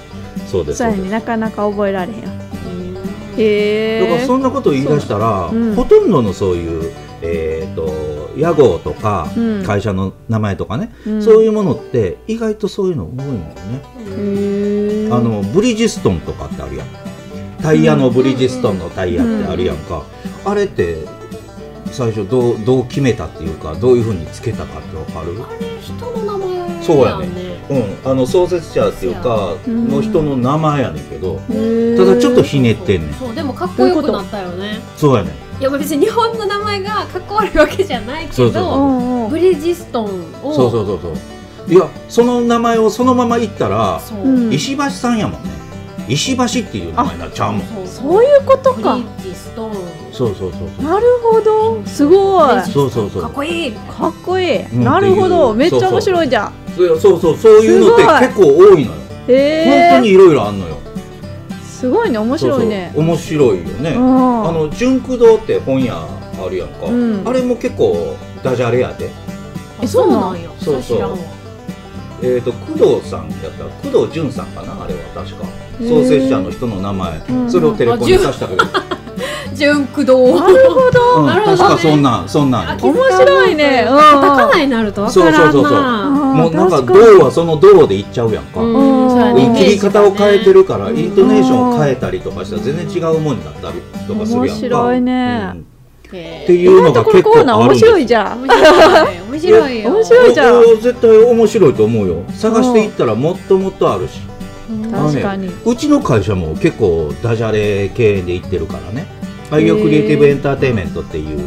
Speaker 5: そうです
Speaker 3: そう
Speaker 5: そう
Speaker 3: や
Speaker 5: です
Speaker 3: ねなかなか覚えられへんよ
Speaker 2: うん
Speaker 3: へ
Speaker 5: だから
Speaker 3: え
Speaker 5: そんなことを言い出したら、
Speaker 3: そううん
Speaker 5: ほとんどのそういう、えー、と屋号とか、
Speaker 3: うん
Speaker 5: 会社の名前とかね、
Speaker 3: うん
Speaker 5: そういうものって意外とそういうの多いんだよね、
Speaker 3: へー
Speaker 5: あのブリヂストンとかってあるやんタイヤのブリヂストンのタイヤってあるやんか、あれって最初どうどう決めたっていうかどういうふうにつけたかってわかる
Speaker 8: 人の名前
Speaker 5: そうやね
Speaker 8: んね
Speaker 5: うん、あの創設者っていうか
Speaker 3: うん
Speaker 5: の人の名前やねんけど、
Speaker 3: た
Speaker 5: ただちょっとひねってんねん
Speaker 8: そうでもかっこよくなったよね
Speaker 5: そうやねん
Speaker 8: いや別に日本の名前がかっこ悪いわけじゃないけど
Speaker 5: そうそうそう
Speaker 3: うん
Speaker 8: ブリヂストンを
Speaker 5: そうそうそうそういやその名前をそのまま言ったら、
Speaker 8: そう
Speaker 3: うんうん
Speaker 5: 石橋さんやもんね石橋っていう名前になっちゃうもん
Speaker 8: そう
Speaker 3: そういうこと
Speaker 8: ブリ
Speaker 3: か
Speaker 8: ヂストン
Speaker 5: そうそうそうそう
Speaker 3: なるほどすごい
Speaker 5: そうそうそう
Speaker 8: かっこいい
Speaker 3: かっこいい、
Speaker 5: ん
Speaker 3: なるほ
Speaker 5: っ
Speaker 3: ど
Speaker 5: て
Speaker 3: め
Speaker 5: い
Speaker 3: っ
Speaker 5: う
Speaker 3: ちゃ面白いじゃん
Speaker 5: そうそうそうそういうのって結構多いのよ、
Speaker 3: へ
Speaker 5: 本当にいろいろあんのよ
Speaker 3: ーすごいね面
Speaker 5: そう
Speaker 3: 白いね
Speaker 5: そう面白いよね、
Speaker 3: うん
Speaker 5: あの純駆動って本屋あるやんか、
Speaker 3: うん
Speaker 5: あれも結構ダジャレやで
Speaker 3: えそうなん
Speaker 8: や
Speaker 5: そうそう
Speaker 8: 知らんわ
Speaker 5: えー、と工藤さんやったら工藤淳さんかなあれは確か創設者の人の名前、
Speaker 3: ん
Speaker 5: それをテレコにさしたけど、う
Speaker 8: 純駆動
Speaker 3: なるほど
Speaker 5: ん
Speaker 8: なるほどね
Speaker 5: 確かそんなんそんなん
Speaker 3: 面白いねうん
Speaker 8: カタカナになるとわからんな
Speaker 5: そうそうそうそうもうなんか「
Speaker 3: 確
Speaker 5: ど
Speaker 3: に
Speaker 5: う」はその「どう」でいっちゃうやんか、
Speaker 8: うんそうやね
Speaker 3: うん
Speaker 5: 切り方を変えてるから、
Speaker 8: うん
Speaker 5: イントネーションを変えたりとかしたら全然違うもんになったりとかするやんか
Speaker 3: 面白いね
Speaker 5: うん
Speaker 8: へー
Speaker 5: っていうのが結構
Speaker 3: コーナー
Speaker 5: ある
Speaker 3: 面
Speaker 5: んです
Speaker 3: 白いじゃん
Speaker 8: 面白いね面白いよ
Speaker 3: 面白いじゃん
Speaker 5: これは絶対面白いと思うよ探していったらもっともっとあるしあの
Speaker 3: 確
Speaker 5: ね
Speaker 3: かに
Speaker 5: うちの会社も結構ダジャレ経営で行ってるからね愛用クリエイティブエンターテインメントっていう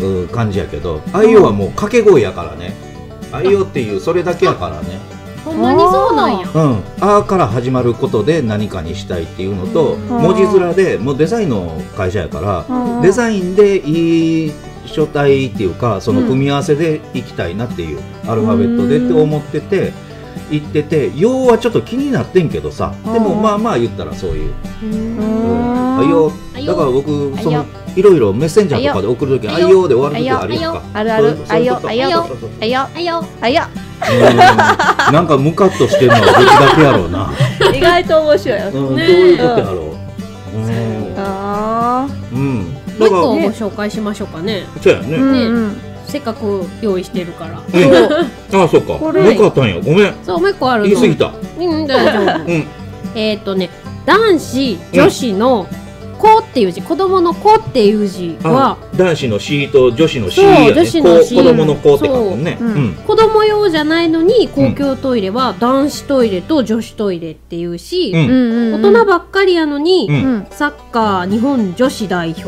Speaker 8: うん
Speaker 5: うん感じやけど愛用はもう掛け声やからね愛用っていうそれだけやからね
Speaker 8: うんほんまにそうなんや
Speaker 5: うん「あ」から始まることで何かにしたいっていうの
Speaker 8: う
Speaker 5: と
Speaker 8: ん
Speaker 5: 文字面でもうデザインの会社やから
Speaker 3: うん
Speaker 5: デザインでいい書体っていうかその組み合わせでいきたいなっていう、アルファベットでって思ってて行ってて要はちょっと気になってんけどさでも
Speaker 3: うん
Speaker 5: まあまあ言ったらそういう
Speaker 3: う
Speaker 5: 「うんん、あいよ」だから僕そ
Speaker 3: あい
Speaker 5: の
Speaker 3: よ
Speaker 5: いろいろメッセンジャーとかで送るとき「あ
Speaker 3: あい
Speaker 5: い
Speaker 3: よ
Speaker 5: よ」で終わるときあるやんか
Speaker 3: あるある
Speaker 5: そういうこと
Speaker 3: あいよあい
Speaker 5: そう
Speaker 3: よ
Speaker 5: いうこと
Speaker 3: あいよ
Speaker 8: あいよ
Speaker 3: あいや
Speaker 5: うんなんかムカッとしてんのは僕だけやろうな
Speaker 3: 意外と面白いよ
Speaker 5: うんどう
Speaker 8: ね
Speaker 5: いうことやろううん
Speaker 3: あー
Speaker 5: うん
Speaker 8: もう
Speaker 5: だ
Speaker 8: 一
Speaker 5: か
Speaker 8: 個ご
Speaker 5: ら
Speaker 8: 紹介しましょうかね
Speaker 5: そうやね、
Speaker 3: うんうん
Speaker 8: せっかく用意してるから
Speaker 5: うん、ああそうか
Speaker 3: こ
Speaker 5: よ
Speaker 3: れ
Speaker 5: かったんやごめん
Speaker 8: そうもう一個あるの
Speaker 5: 言い過ぎた
Speaker 8: うん大丈夫
Speaker 5: うん
Speaker 8: えっ、とね男子女子の子っていう字子供の子っていう字は
Speaker 5: あ男子の C と女子の C
Speaker 8: そう
Speaker 5: やね
Speaker 8: 女子の
Speaker 5: こう
Speaker 8: C
Speaker 5: 子供の子って書くもんね
Speaker 3: そううん
Speaker 5: うん
Speaker 8: 子供用じゃないのに公共トイレは男子トイレと女子トイレっていうし、
Speaker 5: うん
Speaker 3: うんうん
Speaker 8: 大人ばっかりやのに、
Speaker 5: うん
Speaker 3: うん
Speaker 8: サッカー日本女子代表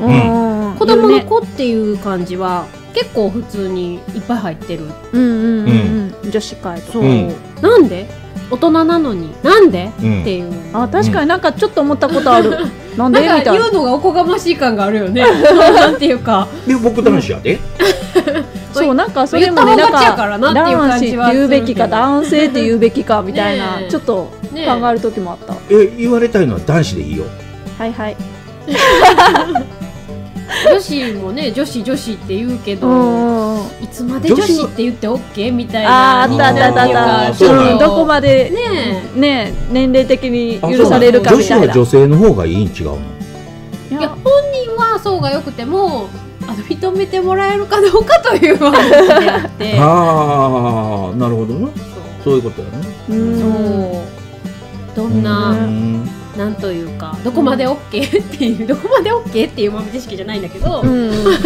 Speaker 3: うん
Speaker 8: 子供の子っていう漢字は結構普通にいっぱい入ってる
Speaker 3: うんうんうんうん女子会とか
Speaker 8: そう、
Speaker 5: うん
Speaker 8: なんで大人なのになんで、
Speaker 5: うん
Speaker 8: っていう
Speaker 3: あ確かになんかちょっと思ったことあるなんでみ
Speaker 8: なんか
Speaker 3: たい
Speaker 8: 言
Speaker 3: な
Speaker 8: うのがおこがましい感があるよねなんていうか
Speaker 5: で僕男子やで
Speaker 3: そうなんかそれも
Speaker 8: 言
Speaker 3: ね
Speaker 8: ったもん勝ちや
Speaker 3: だ
Speaker 8: からなっていう
Speaker 3: 男
Speaker 8: 感
Speaker 3: 子っ
Speaker 8: じ
Speaker 3: て
Speaker 8: はす
Speaker 3: 言
Speaker 8: る
Speaker 3: う
Speaker 8: け
Speaker 3: べ
Speaker 8: ど
Speaker 3: きか男性って言うべきかみたい
Speaker 8: ねえ
Speaker 3: なちょっと
Speaker 8: ね
Speaker 3: 考える時もあった
Speaker 5: え言われたいのは男子でいいよ
Speaker 3: はいはい
Speaker 8: 女子もね女子女子って言うけ
Speaker 3: う
Speaker 8: ど
Speaker 3: んうん
Speaker 8: いつまで女
Speaker 5: 女子
Speaker 8: 子って言ってオッケーみたいな
Speaker 3: あーあったあったあったあ
Speaker 5: あー
Speaker 3: っ
Speaker 5: そうなん
Speaker 3: た
Speaker 5: や
Speaker 3: うんどこまで
Speaker 8: ね
Speaker 3: ねえ年齢的に
Speaker 5: あ
Speaker 3: 許されるか
Speaker 5: そう
Speaker 3: み
Speaker 5: な
Speaker 3: たい
Speaker 5: の
Speaker 3: な
Speaker 5: 女子は女性の方がいいん違うの
Speaker 3: い
Speaker 8: えいや
Speaker 3: や
Speaker 8: 本人はそうがよくてもあの認めてもらえるかどうかという話であって
Speaker 5: ああなるほどなそういうことやね
Speaker 3: う
Speaker 8: そ
Speaker 3: ん
Speaker 8: うどん
Speaker 5: う
Speaker 8: な、
Speaker 5: ん
Speaker 8: なんというかどこまでオッケーっていうどこまでオッケーっていう豆知識じゃないんだけど、
Speaker 3: うん
Speaker 5: うん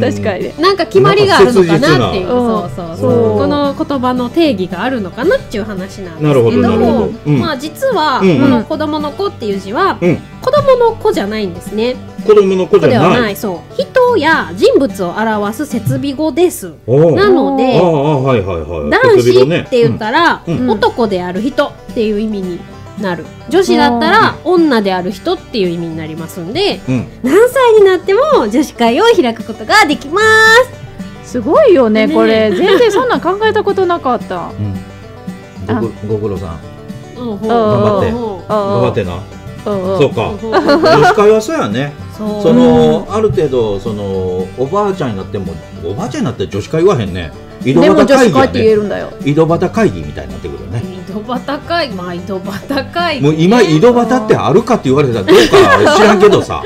Speaker 3: 確かにね
Speaker 8: なんか決まりがあるのかなっていう
Speaker 3: な
Speaker 8: そ
Speaker 3: ん
Speaker 8: うそうそう
Speaker 5: そう
Speaker 8: この言葉の定義があるのかなっていう話なんで
Speaker 5: なるほ
Speaker 8: す
Speaker 5: ど
Speaker 8: けど
Speaker 5: なるほどうん
Speaker 8: まあ実は、
Speaker 5: うんうん
Speaker 8: この子供の子っていう字は、
Speaker 5: うん
Speaker 8: 子供の子じゃないんですね。
Speaker 5: 子供の子
Speaker 8: 子
Speaker 5: じ
Speaker 8: で
Speaker 5: ゃ
Speaker 8: は
Speaker 5: な
Speaker 8: ないい、そう。人や人物を表す設備語です。
Speaker 5: おう
Speaker 8: な
Speaker 5: あ
Speaker 8: の
Speaker 5: あ
Speaker 8: で、
Speaker 5: あはいはいはい
Speaker 8: 男
Speaker 5: 手首の
Speaker 8: 子
Speaker 5: ね
Speaker 8: って言ったら、
Speaker 5: うん
Speaker 3: うん
Speaker 8: 男である人っていう意味になる。女子だったら、女である人っていう意味になりますんで、
Speaker 5: うん
Speaker 8: 何歳になっても女子会を開くことができます。
Speaker 3: すごいよね
Speaker 8: ね
Speaker 3: これ全然そんなん考えたことなかった
Speaker 5: うん
Speaker 3: あ
Speaker 5: ご苦ご苦労さん
Speaker 8: 頑
Speaker 3: 張
Speaker 5: って頑張
Speaker 3: あ
Speaker 5: ってなそ
Speaker 3: そう
Speaker 5: か女子会はそうやね
Speaker 8: そう
Speaker 5: そのある程度そのおばあちゃんになってもおばあちゃんになって女子会言わへんね井戸
Speaker 3: でも
Speaker 5: 端
Speaker 3: 女
Speaker 5: 会
Speaker 3: 子
Speaker 5: 議
Speaker 3: 会
Speaker 5: や
Speaker 3: って言え
Speaker 5: ね
Speaker 3: るんだよ。
Speaker 5: 井戸端会議みたいになってくるよね
Speaker 8: 井戸端会議まあ井戸端会議
Speaker 5: もう今井戸端ってあるかって言われたらどうか知らんけどさ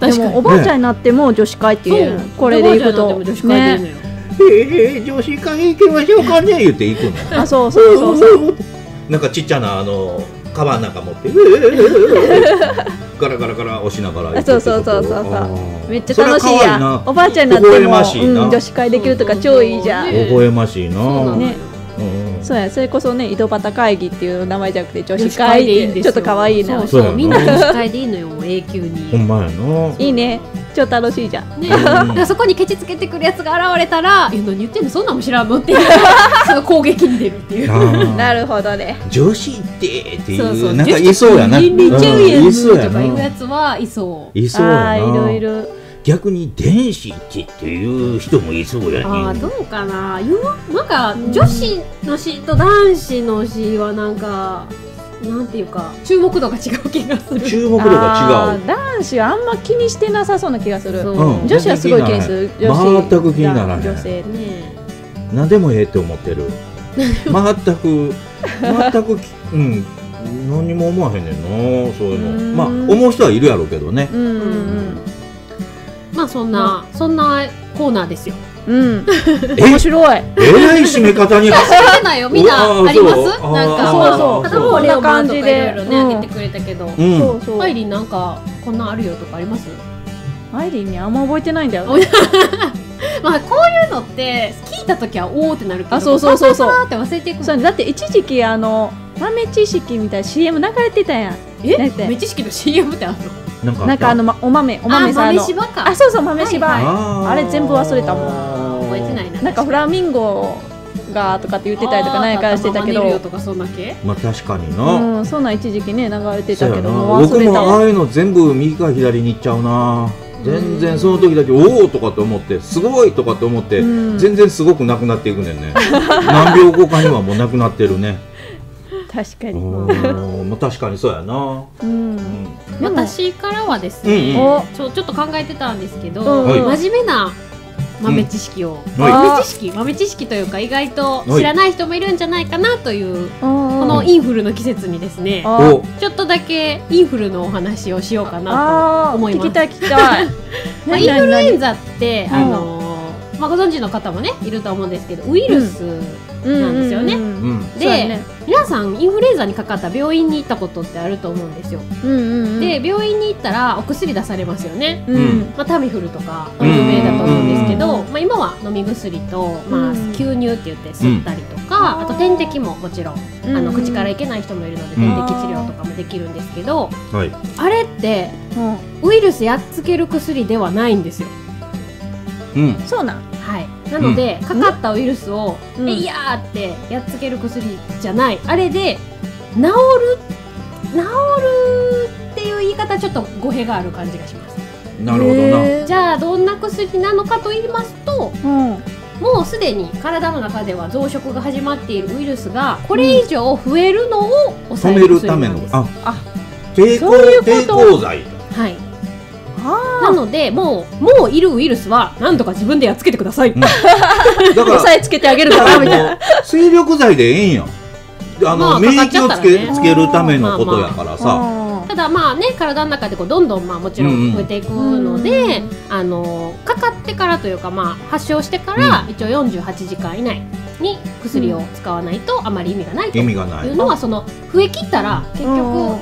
Speaker 3: でもおばあちゃんになっても女子会って言える。これでいくと。
Speaker 8: 女子会でいいのよ、
Speaker 5: ええ女子会行きましょうかね言って行くの
Speaker 3: ねあ、そうそう そうそう。
Speaker 5: なんかちっちゃなあのカバンなん か持ってうえうえうえうえガラガラガラ押しながら行くってこと
Speaker 3: あそうそうそうそうそう
Speaker 5: あー
Speaker 3: めっちゃ楽しい
Speaker 5: それは
Speaker 3: や
Speaker 5: 可愛いな
Speaker 3: おばあちゃんになって
Speaker 5: 微笑
Speaker 3: も、
Speaker 5: ましいな
Speaker 3: うん、女子会できるとか超いいじゃん
Speaker 8: そうそう
Speaker 5: 微笑ましいな
Speaker 8: そうなのよ
Speaker 3: ね
Speaker 5: うんうん
Speaker 3: そうやそれこそね井戸端会議っていう名前じゃなくて女
Speaker 8: 女
Speaker 3: 子
Speaker 8: 子会
Speaker 3: 会
Speaker 8: でいいんで
Speaker 3: っ
Speaker 8: す
Speaker 3: てちょ
Speaker 8: よ
Speaker 3: っと可愛いな
Speaker 8: そう
Speaker 5: そうや
Speaker 8: そう
Speaker 5: な
Speaker 8: みんな女子会でいいのよもう永久
Speaker 5: ほん
Speaker 8: に、
Speaker 5: まやない
Speaker 3: いね超楽しいじゃん
Speaker 8: ね、だからそこにケチつけてくるやつが現れたら「いや何言ってんのそんなんも知らんの」っ ていうその攻撃に出るっていう。
Speaker 3: な
Speaker 5: な
Speaker 3: るほどね
Speaker 5: 女子ってってい
Speaker 8: そうそう
Speaker 5: うなんかいそうやな
Speaker 8: 倫理中
Speaker 5: うん
Speaker 8: や
Speaker 5: いそ
Speaker 8: ん
Speaker 5: うや
Speaker 8: とかいうや
Speaker 5: な
Speaker 8: つはいそう。
Speaker 5: いそうや
Speaker 3: ああーいろ
Speaker 5: ない
Speaker 3: ろ
Speaker 5: 逆に電子ってっていう人もいそうやね
Speaker 8: ああどうかな言わなんか女子の詩と男子の詩はなんかなんていうか注目度が違う気がする。
Speaker 5: 注目度
Speaker 3: あ
Speaker 5: が違
Speaker 3: ー男子はあんま気にしてなさそうな気がする
Speaker 8: そう
Speaker 5: うん
Speaker 3: 女子はすごい気にする女子
Speaker 5: 全く気にならへん
Speaker 3: 女性ね
Speaker 8: ね
Speaker 5: う何でもええって思って る全く全くきうん何にも思わへんねんなそういうのまあ
Speaker 3: うん
Speaker 5: 思う人はいるやろうけ どね
Speaker 3: うんうん
Speaker 8: まあそんな、そんなコーナーです よ。
Speaker 3: うん、うん、
Speaker 5: え
Speaker 3: 面白い
Speaker 5: えらい締め 方に
Speaker 8: 知らないよみん
Speaker 5: あ
Speaker 8: な
Speaker 5: ー
Speaker 8: あります
Speaker 5: そうあー
Speaker 8: なんか
Speaker 3: そうそう
Speaker 8: まあ片方
Speaker 3: こん
Speaker 8: レ
Speaker 3: な
Speaker 8: オマン
Speaker 3: 感
Speaker 8: と
Speaker 3: じ
Speaker 8: か
Speaker 3: で
Speaker 8: いろいろね、
Speaker 3: うん
Speaker 8: あげてくれたけど。
Speaker 5: う
Speaker 3: そ
Speaker 5: ん
Speaker 3: うそう
Speaker 8: パイリンなんかこんなんあるよとかあります？
Speaker 3: アイリンにあんま覚えてないんだよ
Speaker 8: おまあこういうのって聞いた時はおおってなるけど、
Speaker 3: あそうそうそうそう
Speaker 8: パラパラパラって忘れていくもん
Speaker 3: そうだって一時期あの豆知識みたいな CM 流れてたやん
Speaker 8: え
Speaker 3: だって
Speaker 8: 目知識の CM ってあるの
Speaker 5: なんか
Speaker 3: なんかあの、ま、お豆お豆さん
Speaker 8: あ
Speaker 3: あ
Speaker 8: 豆
Speaker 3: の
Speaker 8: 柴か
Speaker 3: あそうそう豆柴、
Speaker 8: はいはい
Speaker 5: あー
Speaker 3: あれ全部忘れたもん
Speaker 8: 覚えてないな
Speaker 3: なんかフラミンゴがとかって言ってたりとか何かしてたけ
Speaker 8: あーなんかママネルヨ
Speaker 3: ど
Speaker 8: とかそんな系
Speaker 5: まあ確かにな、
Speaker 3: うんそんなん一時期ね流れてた
Speaker 5: そうや
Speaker 3: け
Speaker 5: な
Speaker 3: どもう忘
Speaker 5: 僕
Speaker 3: れ
Speaker 5: も
Speaker 3: た
Speaker 5: あ
Speaker 3: わ
Speaker 5: あいうの全部右から左に行っちゃうな全然その時だけおおとかって思ってすごいとかって思って、
Speaker 3: うん
Speaker 5: 全然すごくなくなっていくねん ね何秒後かにはもうなくなってるね
Speaker 3: 確か
Speaker 5: う
Speaker 3: に
Speaker 5: ーんまあ確かにそうやな、
Speaker 3: う
Speaker 5: うんん、
Speaker 3: でも
Speaker 8: 私からはですね、
Speaker 5: うん
Speaker 3: うんお
Speaker 8: ちょちょっと考えてたんですけど、
Speaker 3: うん
Speaker 5: はい
Speaker 8: 真面目な豆知識を、
Speaker 5: は
Speaker 8: 豆知識豆知識というか意外と
Speaker 5: はい
Speaker 8: 知らない人もいるんじゃないかなという
Speaker 3: こ
Speaker 8: このインフルの季節にですね
Speaker 5: いお
Speaker 8: ちょっとだけインフルのお話をしようかな
Speaker 3: あー
Speaker 8: 思います
Speaker 3: 聞きたい聞きたい
Speaker 8: と、まあ、イ
Speaker 3: 何
Speaker 8: ンフル
Speaker 3: 何何
Speaker 8: エンザって、あのーまあ、ご存知の方もねいると思うんですけどウイルス、なんですよね
Speaker 3: うん
Speaker 5: うん
Speaker 8: で、皆さんインフルエンザにかかったら病院に行ったことってあると思うんですよ、
Speaker 3: うんうんうん
Speaker 8: で病院に行ったらお薬出されますよね、
Speaker 3: うんうん
Speaker 8: まあ、タミフルとか
Speaker 3: うん
Speaker 8: 有名だと思うんですけど、
Speaker 3: う
Speaker 8: まあ、今は飲み薬と、まあ
Speaker 3: うん、
Speaker 8: 吸入って言って吸ったりとか、
Speaker 3: うん
Speaker 8: あと点滴ももちろん、あの
Speaker 3: うんうん
Speaker 8: 口からいけない人もいるので
Speaker 5: うん
Speaker 8: 点滴治療とかもできるんですけど、
Speaker 5: はい
Speaker 8: あれって
Speaker 3: うん
Speaker 8: ウイルスやっつける薬ではないんですよ。
Speaker 5: うん
Speaker 3: そうなん
Speaker 8: はい、なので、かかったウイルスを「
Speaker 3: うん
Speaker 8: えいやー!」ってやっつける薬じゃないあれで治る治るっていう言い方はちょっと語弊がある感じがします
Speaker 5: なるほどな、
Speaker 3: へー
Speaker 8: じゃあどんな薬なのかと言いますと
Speaker 3: うん
Speaker 8: もうすでに体の中では増殖が始まっているウイルスがこれ以上増えるのを抑
Speaker 5: 止
Speaker 8: え
Speaker 5: め
Speaker 8: る
Speaker 5: るた
Speaker 8: 薬
Speaker 5: め
Speaker 8: な
Speaker 5: の
Speaker 8: んです、
Speaker 5: あ
Speaker 3: あ
Speaker 5: 抵抗
Speaker 3: そういうこと
Speaker 5: 抵抗剤
Speaker 8: はい、
Speaker 3: あ
Speaker 8: なのでもうもういるウイルスはなんとか自分でやっつけてください、
Speaker 5: だ
Speaker 3: ー
Speaker 5: から
Speaker 3: 押さえつけてあげるか
Speaker 5: だからら
Speaker 3: みたいな
Speaker 5: もう水力剤でええんやんあの、
Speaker 8: まあ
Speaker 5: 免
Speaker 8: かかっち
Speaker 5: 疫
Speaker 8: ゃっ
Speaker 5: を
Speaker 8: たら
Speaker 5: つ
Speaker 8: ね
Speaker 5: け,、つけるためのことやからさ、
Speaker 3: あ
Speaker 8: ただまあね体の中でこうどんどんまあもちろ
Speaker 5: うんうん
Speaker 8: ん増えていくので、
Speaker 3: うん
Speaker 8: あのかかってからというかまあ発症してから
Speaker 5: う
Speaker 8: 一応48時間以内に薬を使わないとあまり意味がないと
Speaker 5: 意
Speaker 8: い
Speaker 5: 味がないう
Speaker 8: のはその増え切ったら結局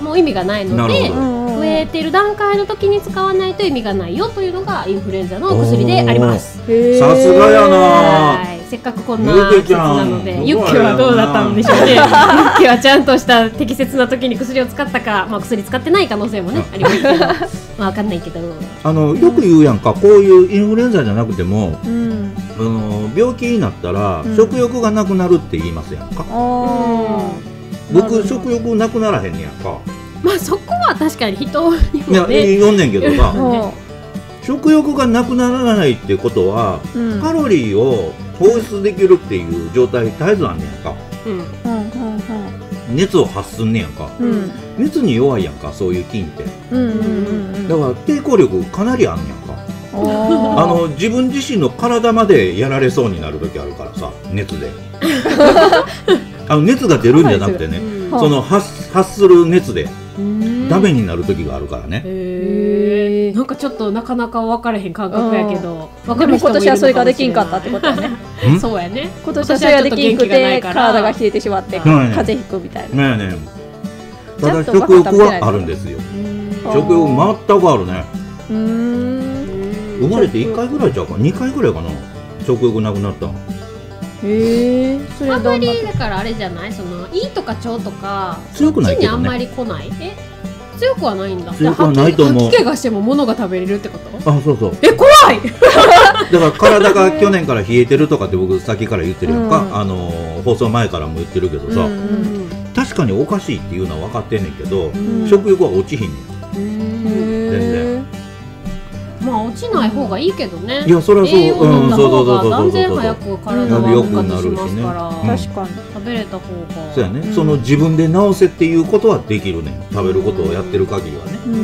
Speaker 8: もう意味がないの
Speaker 5: なる
Speaker 8: で
Speaker 5: ほ
Speaker 3: う
Speaker 5: ど
Speaker 3: んうん
Speaker 8: 増えてる段階の時に使わないと意味がないよというのがインフルエンザの薬であります。
Speaker 3: へー
Speaker 5: さすがやな
Speaker 8: はいせっかくこんな
Speaker 5: ゆう
Speaker 8: 季
Speaker 5: け
Speaker 8: 節
Speaker 5: ちゃん
Speaker 8: なので
Speaker 5: すごい
Speaker 8: ユッケはどうだったんでしょうねユッケはちゃんとした適切な時に薬を使ったか、まあ、薬使ってない可能性もねありますけどまあわかんないけど
Speaker 5: あのよく言うやんか、こういうインフルエンザじゃなくても、
Speaker 3: うん
Speaker 5: あの病気になったら、
Speaker 3: うん
Speaker 5: 食欲がなくなるって言いますやんか
Speaker 3: あーなる
Speaker 5: 僕
Speaker 3: ほど
Speaker 5: 食欲なくならへんねやんか
Speaker 8: まあそこは確かに人に
Speaker 5: いや
Speaker 8: もね
Speaker 5: 読んねんけど
Speaker 3: う
Speaker 5: さ
Speaker 3: ん
Speaker 5: 食欲がなくならないってことは
Speaker 3: うんうん
Speaker 5: カロリーを放出できるっていう状態絶えずあんねやんか
Speaker 8: うん
Speaker 3: うん
Speaker 5: 熱を発すんねやんか
Speaker 3: うん
Speaker 5: 熱に弱いやんかそういう菌って
Speaker 3: うんうんうんうん
Speaker 5: だから抵抗力かなりあんねやんかあの自分自身の体までやられそうになる時あるからさ熱であの熱が出るんじゃなくてね
Speaker 8: うん
Speaker 5: その発発する熱で
Speaker 8: うん
Speaker 5: ダメになる時があるからね
Speaker 8: へ
Speaker 3: へ
Speaker 8: えなんかちょっとなかなか分かれへん感覚やけど分か
Speaker 3: で
Speaker 8: る
Speaker 3: も
Speaker 8: 人も
Speaker 3: 今
Speaker 8: いるのかもしれない
Speaker 3: 年はそれができんかったってこと やね
Speaker 5: ん
Speaker 8: そうやね
Speaker 3: 今年はそれが できんくて体が冷えてしまって
Speaker 8: うん
Speaker 3: 風邪ひくみたいな
Speaker 5: ねえねえただ
Speaker 3: ちゃんと
Speaker 5: 食欲
Speaker 3: バカ食べてな
Speaker 5: はいあるんですよ
Speaker 3: あー
Speaker 5: 食欲全くあるね
Speaker 3: うーん
Speaker 5: 生まれて1回ぐらいちゃうか2回ぐらいかな食欲なくなったの
Speaker 3: へえそれ
Speaker 8: あ
Speaker 3: は
Speaker 8: ん
Speaker 3: ど
Speaker 8: ま
Speaker 3: んな
Speaker 8: りだからあれじゃないそのいいとか腸とか
Speaker 5: 強く
Speaker 8: こっ
Speaker 5: な
Speaker 8: ち
Speaker 5: いけ
Speaker 8: にあ
Speaker 5: ど
Speaker 8: んま
Speaker 5: ね
Speaker 8: り来ないえ強くはないんだ
Speaker 5: 強くはないと思
Speaker 8: じ
Speaker 5: う
Speaker 8: ゃあ吐き吐き気がしても物が食べれるってこと
Speaker 5: あそうそう
Speaker 8: え怖い
Speaker 5: だから体が去年から冷えてるとかって僕さっきから言ってるやんか、
Speaker 3: うん
Speaker 5: あのー放送前からも言ってるけどさ、
Speaker 3: うん
Speaker 5: 確かにおかしいっていうのは分かってんねんけど、
Speaker 3: うん
Speaker 5: 食欲は落ちひんねん
Speaker 8: うん
Speaker 3: へ
Speaker 5: 然
Speaker 8: まあ落ちない方がいいけどね
Speaker 5: いやそれはそう
Speaker 8: 栄養
Speaker 5: う
Speaker 8: 飲ん
Speaker 5: ん
Speaker 8: だ
Speaker 5: そうそ
Speaker 8: 方
Speaker 5: うそう
Speaker 8: が
Speaker 5: そう
Speaker 8: 断
Speaker 5: そう
Speaker 8: 然
Speaker 5: そう
Speaker 8: 早く体は
Speaker 3: よ
Speaker 8: 復
Speaker 3: く
Speaker 8: 活
Speaker 5: な
Speaker 8: し
Speaker 5: るしね
Speaker 8: ます
Speaker 5: う
Speaker 8: から
Speaker 5: ん
Speaker 3: 確かに
Speaker 8: 食べれた方が
Speaker 5: そうやね、
Speaker 3: うん
Speaker 5: その自分で治せっていうことはできるねん食べることをやってる限りはね、
Speaker 3: うー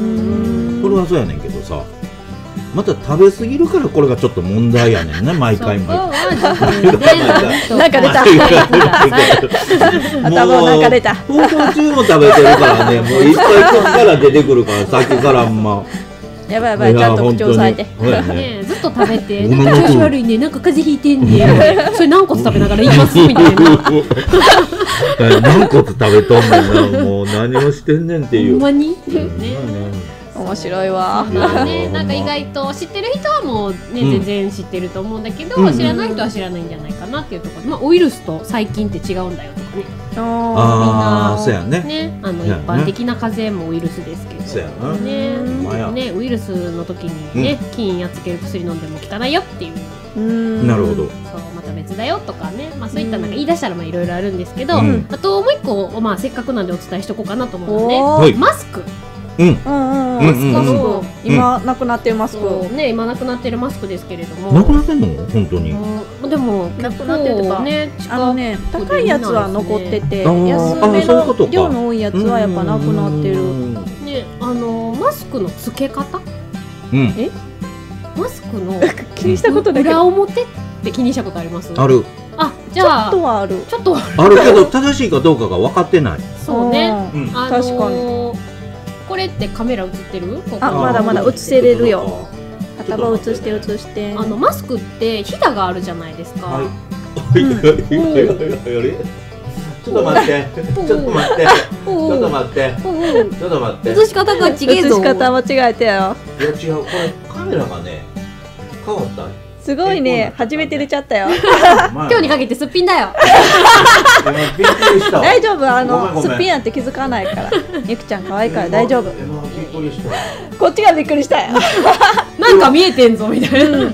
Speaker 3: ん
Speaker 5: これはそうやねんけどさまた食べ過ぎるからこれがちょっと問題やねんね毎回
Speaker 8: そこ
Speaker 5: 毎回。
Speaker 8: は自分で
Speaker 3: なんか出た頭なんか出た
Speaker 5: もう放送中も食べてるからね、もういっぱいこっから出てくるから、さっきからあんま。
Speaker 3: やばいやばいちゃんと口を押さえて
Speaker 5: いや本当にそうやね。
Speaker 8: ねずっと食べて、
Speaker 5: ごめん
Speaker 8: なんか調子悪いね、なんか風邪ひいてんね、それ何個食べながら言いますみたいな。
Speaker 5: 何個食べとんねんな、もう何をしてんねんってい
Speaker 8: ほん
Speaker 5: う。
Speaker 8: まに
Speaker 5: うん
Speaker 8: ね
Speaker 3: 面白いわ
Speaker 5: いや
Speaker 8: ね、なんか意外と知ってる人はもうね、
Speaker 5: うん
Speaker 8: 全然知ってると思うんだけど、
Speaker 5: うんうん
Speaker 8: 知らない人は知らないんじゃないかなっていうところで、まあ、ウイルスと細菌って違うんだよとかね
Speaker 5: ああ、そうやね。
Speaker 8: ねあの
Speaker 5: そう
Speaker 8: 一
Speaker 5: やね
Speaker 8: 般的な風邪もウイルスですけど
Speaker 5: そうやな
Speaker 8: ね
Speaker 5: ほんまや
Speaker 8: ねウイルスの時にね、菌やっつける薬飲んでも効かないよっていう
Speaker 3: な
Speaker 5: なるほど。
Speaker 8: そうまた別だよとかね、まあ、そういったなんか言い出したらまあいろいろあるんですけど、
Speaker 5: うん
Speaker 8: あともう一個、まあ、せっかくなんでお伝えしとこうかなと思うので、
Speaker 3: お
Speaker 5: は
Speaker 3: ー
Speaker 5: い
Speaker 8: マスク
Speaker 5: うん。
Speaker 3: うんう
Speaker 5: うん
Speaker 3: ん
Speaker 5: うん
Speaker 3: マス
Speaker 8: うん
Speaker 3: ク今なくなってるマスク
Speaker 8: そうね今なくなってるマスクですけれども
Speaker 5: なくなってんの本当に。
Speaker 8: うんでも
Speaker 3: なくなってるとか
Speaker 8: ね
Speaker 3: あのね高いやつは残ってて
Speaker 5: あー
Speaker 3: 安
Speaker 5: あー
Speaker 3: め
Speaker 5: そういうこと
Speaker 3: の
Speaker 5: か
Speaker 3: 量の多いやつはやっぱなくなってる
Speaker 5: うん。
Speaker 8: ねあのマスクの付け方
Speaker 5: うん
Speaker 8: マスク の
Speaker 3: 気にしたことないけど
Speaker 8: 裏表って気にしたことあります
Speaker 5: ある。
Speaker 8: あじ
Speaker 3: ちょ
Speaker 8: ゃ
Speaker 3: っ
Speaker 8: あ
Speaker 3: とはある
Speaker 8: ちょっと
Speaker 5: あるけど、正しいかどうかが分かってない。
Speaker 8: そうね
Speaker 5: うん
Speaker 8: あのー、
Speaker 3: 確か
Speaker 8: これってカメラ映ってるここ
Speaker 3: あまだまだ映せれるよ頭映
Speaker 5: 映
Speaker 3: して映して
Speaker 8: あのマスクってひだがあるじゃないですか、
Speaker 5: はい。
Speaker 3: ん
Speaker 5: あれちょっと待って。ちょっと待って。ちょっと待って。
Speaker 8: おう
Speaker 5: ちょっと待って。
Speaker 8: 映し方が違え
Speaker 3: 映
Speaker 8: ぞ
Speaker 3: し方間違えたよ
Speaker 5: いや違う。これカメラがね、変わった。
Speaker 3: すごい
Speaker 5: えこんな
Speaker 3: ね
Speaker 5: ん
Speaker 3: 初めて出ちゃったよ
Speaker 5: 今
Speaker 8: 今日にかけてすっぴんだよ
Speaker 5: て。今びっくりした。
Speaker 3: 大丈夫あ
Speaker 5: ごめん
Speaker 3: の
Speaker 5: ごめん
Speaker 3: すっぴんなんて気づかないからゆきちゃん可愛いから大丈夫
Speaker 5: 今びっくりした。
Speaker 3: こっちがびっくりしたよ
Speaker 8: なんか見えてんぞみたいな
Speaker 5: うん。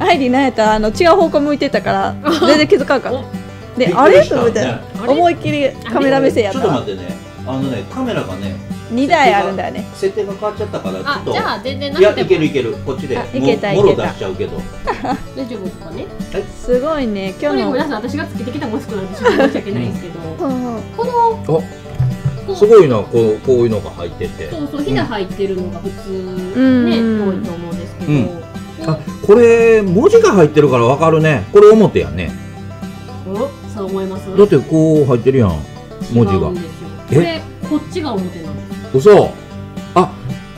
Speaker 3: アイリーなんやったらあの違う方向向いてたから全然気づかんかった
Speaker 5: び
Speaker 3: で
Speaker 5: っ
Speaker 3: あ
Speaker 5: くり
Speaker 3: れ
Speaker 5: した
Speaker 3: と思って
Speaker 8: あれ
Speaker 3: 思いっきりカメラ目線やっ
Speaker 5: ちょっと
Speaker 3: た
Speaker 5: 待ってね。あのねカメラがね、
Speaker 3: 2台あるんだよね
Speaker 5: 設定が変わっちゃったからちょ
Speaker 8: あ
Speaker 5: っと。
Speaker 8: じゃあ全然
Speaker 5: い
Speaker 8: な
Speaker 5: や
Speaker 8: くて
Speaker 5: い
Speaker 8: も
Speaker 5: けるいけるこっちで
Speaker 3: あいけた
Speaker 5: もうも
Speaker 3: い
Speaker 5: ろ
Speaker 3: け
Speaker 5: 出
Speaker 3: た
Speaker 5: しちゃうけど
Speaker 8: 大丈夫ですかね
Speaker 3: すごいね今
Speaker 8: こ
Speaker 3: 日
Speaker 8: れ
Speaker 3: の
Speaker 8: 皆さん私がつけてきたマスクなんでちょっと申し訳ないんですけど
Speaker 3: うんうん
Speaker 8: この
Speaker 5: あすごいなこうこういうのが入ってて
Speaker 8: そうそうひだ入ってるのが普通
Speaker 3: ん
Speaker 8: ね多いと思うんですけど、
Speaker 5: うん
Speaker 8: こ
Speaker 5: あこれ文字が入ってるからわかるねこれ表やね
Speaker 8: うおそう思います
Speaker 5: だってこう入ってるやん文字
Speaker 8: 違
Speaker 5: が
Speaker 8: うんですよこれこっちが表なんです
Speaker 5: 嘘あ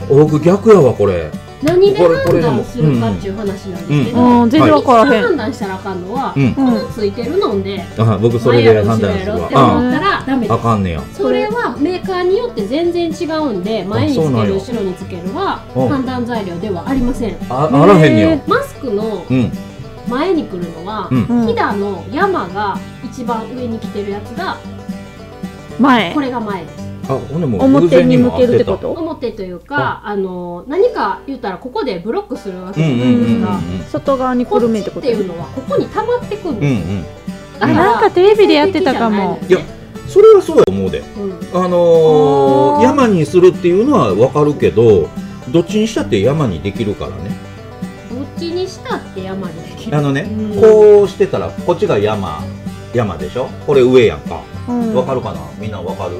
Speaker 5: 僕逆やわこれ
Speaker 8: 何で
Speaker 5: これこ
Speaker 8: 判
Speaker 5: れでも
Speaker 8: 断するかっていう話なんですけど、
Speaker 5: うんうん
Speaker 3: うん全然わからへん
Speaker 8: 判断したらあかんのは、
Speaker 5: うん
Speaker 3: うん
Speaker 8: このついてるのんで
Speaker 5: あ僕それ
Speaker 8: 前や
Speaker 5: で
Speaker 8: ろ
Speaker 5: 判
Speaker 8: 後ろ
Speaker 5: 断す
Speaker 8: や
Speaker 5: る
Speaker 8: ろっ
Speaker 5: わ
Speaker 8: て思
Speaker 5: あ
Speaker 8: ったらダメ
Speaker 5: あ
Speaker 8: です
Speaker 5: かんねや
Speaker 8: それはメーカーによって全然違うんで前につけ
Speaker 5: そうなん
Speaker 8: る
Speaker 5: や
Speaker 8: 後ろにつけるは
Speaker 5: うん
Speaker 8: 判断材料ではありません
Speaker 5: ああらへんねや
Speaker 8: マスクの
Speaker 5: うん
Speaker 8: 前に来るのは、
Speaker 5: うん
Speaker 3: うん
Speaker 8: 飛騨の山が一番上に来てるやつが
Speaker 3: 前
Speaker 8: これが前です
Speaker 5: あほんでもう偶
Speaker 3: 表
Speaker 5: 然
Speaker 3: に
Speaker 5: に
Speaker 3: 向
Speaker 5: も
Speaker 3: け
Speaker 5: 合っ
Speaker 3: るって
Speaker 5: てた
Speaker 3: こと
Speaker 8: 表というかあの何か言ったらここでブロックするわけ
Speaker 5: うんう
Speaker 8: じゃ
Speaker 5: ん
Speaker 8: な
Speaker 5: う
Speaker 8: い
Speaker 5: ん
Speaker 8: です
Speaker 5: う
Speaker 8: か、
Speaker 5: ん
Speaker 3: 外側に
Speaker 8: こ
Speaker 3: くるめ
Speaker 8: っ
Speaker 3: っ
Speaker 8: ち
Speaker 3: て
Speaker 8: っ
Speaker 3: こと
Speaker 8: ていうのはここに溜まってくるん
Speaker 5: うんう
Speaker 8: です、
Speaker 5: ん
Speaker 8: だから
Speaker 3: なんかテレビでやってたかも
Speaker 8: そういう敵じゃ
Speaker 5: それはそうや思うで
Speaker 8: ないのね
Speaker 5: あの
Speaker 3: あ
Speaker 5: ー
Speaker 3: ー
Speaker 5: 山にするっていうのはわかるけどどっちにしたって山にできるからね
Speaker 8: うん、どっちにしたって山にできる
Speaker 5: あのね
Speaker 8: うん
Speaker 5: こうしてたらこっちが山山でしょこれ上やんか
Speaker 3: うん
Speaker 5: わかるかなみんなわかる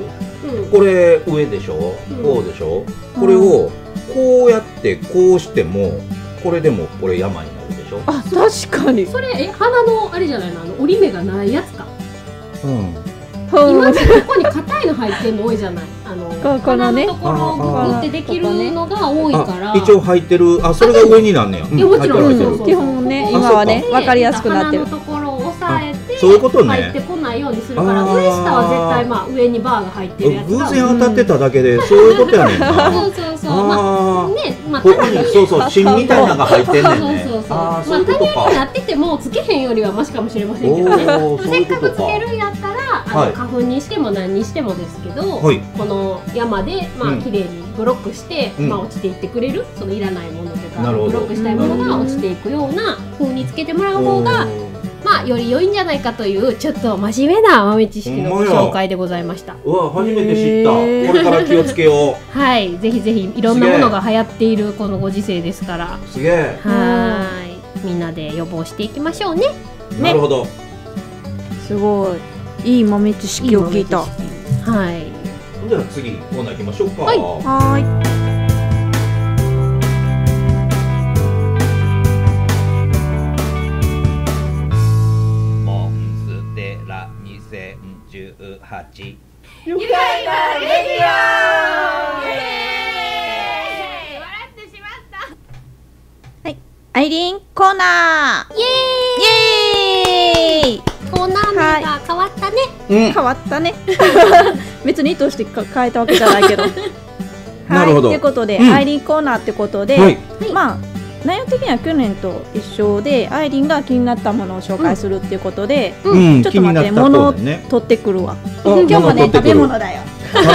Speaker 8: うん
Speaker 5: これ上でしょ
Speaker 8: うん
Speaker 5: こうでしょ
Speaker 3: うん
Speaker 5: これをこうやってこうしてもこれでもこれ山になるでしょ
Speaker 3: あ確かに
Speaker 8: それえ花のあれじゃないのあの折り目がないやつか
Speaker 5: うん
Speaker 8: 今
Speaker 3: う
Speaker 8: ま
Speaker 3: ん
Speaker 8: でここに硬いの入ってんの多いじゃないあの
Speaker 3: ここの
Speaker 8: 鼻の
Speaker 3: ね
Speaker 8: ところをググってできるのが多いから
Speaker 5: あ一応入ってるあそれが上になんねや
Speaker 8: いやもちろん
Speaker 5: 入ってる
Speaker 8: そう
Speaker 5: 入
Speaker 8: そ
Speaker 5: って
Speaker 8: う
Speaker 5: る
Speaker 3: 基本ね
Speaker 5: あ
Speaker 3: 今はね
Speaker 5: そ
Speaker 3: 分かりやすくなってる
Speaker 8: 鼻のところを押さえて
Speaker 5: そういうことね
Speaker 8: 入ってこないようにするから
Speaker 5: あー
Speaker 8: 上下は絶対まあ上にバーが入ってるやつ
Speaker 5: 偶
Speaker 8: が
Speaker 5: 然当たってただけで、そういうことやねん
Speaker 8: そ
Speaker 5: な
Speaker 8: うそうそうまあ
Speaker 5: あ
Speaker 8: ねまあ
Speaker 5: あここにそうそう芯みたいなのが入ってんねんね
Speaker 8: そうそうそう
Speaker 5: ああそう
Speaker 8: ま
Speaker 5: い
Speaker 8: あ
Speaker 5: うこと
Speaker 8: 種にな
Speaker 5: か
Speaker 8: っててもつけへんよりはマシかもしれませんけどね
Speaker 5: おおそう
Speaker 8: せ
Speaker 5: い
Speaker 8: っ
Speaker 5: うこ
Speaker 8: か
Speaker 5: と
Speaker 8: くつ
Speaker 5: か
Speaker 8: けるんやったら、あ
Speaker 5: はい
Speaker 8: の花粉にしても何にしてもですけど、
Speaker 5: はい
Speaker 8: この山で、まあ
Speaker 5: うん
Speaker 8: 綺麗にブロックして、
Speaker 5: うん
Speaker 8: まあ、落ちていってくれるそのいらないものとか
Speaker 5: なるほど
Speaker 8: ブロックしたいものが落ちていくような風につけてもらう方が、まあ、より良いんじゃないかというちょっと真面目な豆知識のご紹介でございました。
Speaker 5: うわ初めて知った、
Speaker 3: へー
Speaker 5: これから気をつけよ
Speaker 8: はい、ぜひぜひいろんなものが流行っているこのご時世ですから
Speaker 5: うすげえ
Speaker 8: はーいみんなで予防していきましょうね。
Speaker 5: なるほど
Speaker 3: すごいいい豆知識を聞いた
Speaker 8: 豆知識はい
Speaker 5: じゃあ次コーナー行きましょうか
Speaker 8: はい
Speaker 2: はーい。
Speaker 1: モンステラ2018
Speaker 2: アイリーンコーナー。イエーイ。
Speaker 8: コーナー名が変わったね。
Speaker 5: うん
Speaker 2: 変わった ね。
Speaker 3: 別に意図してか変えたわけじゃないけど
Speaker 5: なるほど
Speaker 2: はい、ということで、
Speaker 5: うん
Speaker 2: アイリーンコーナーってことで、
Speaker 5: はい
Speaker 2: まあ内容的には去年と一緒で、アイリーンが気になったものを紹介するっていうことで、
Speaker 8: う
Speaker 5: うん
Speaker 2: ちょっと待って
Speaker 5: 気になったそうだよね
Speaker 2: 取ってくるわ。
Speaker 5: あ
Speaker 2: 今日もね
Speaker 5: 物取
Speaker 2: 食
Speaker 5: ってく
Speaker 2: べ
Speaker 5: る
Speaker 2: 物だよ。
Speaker 5: 食べ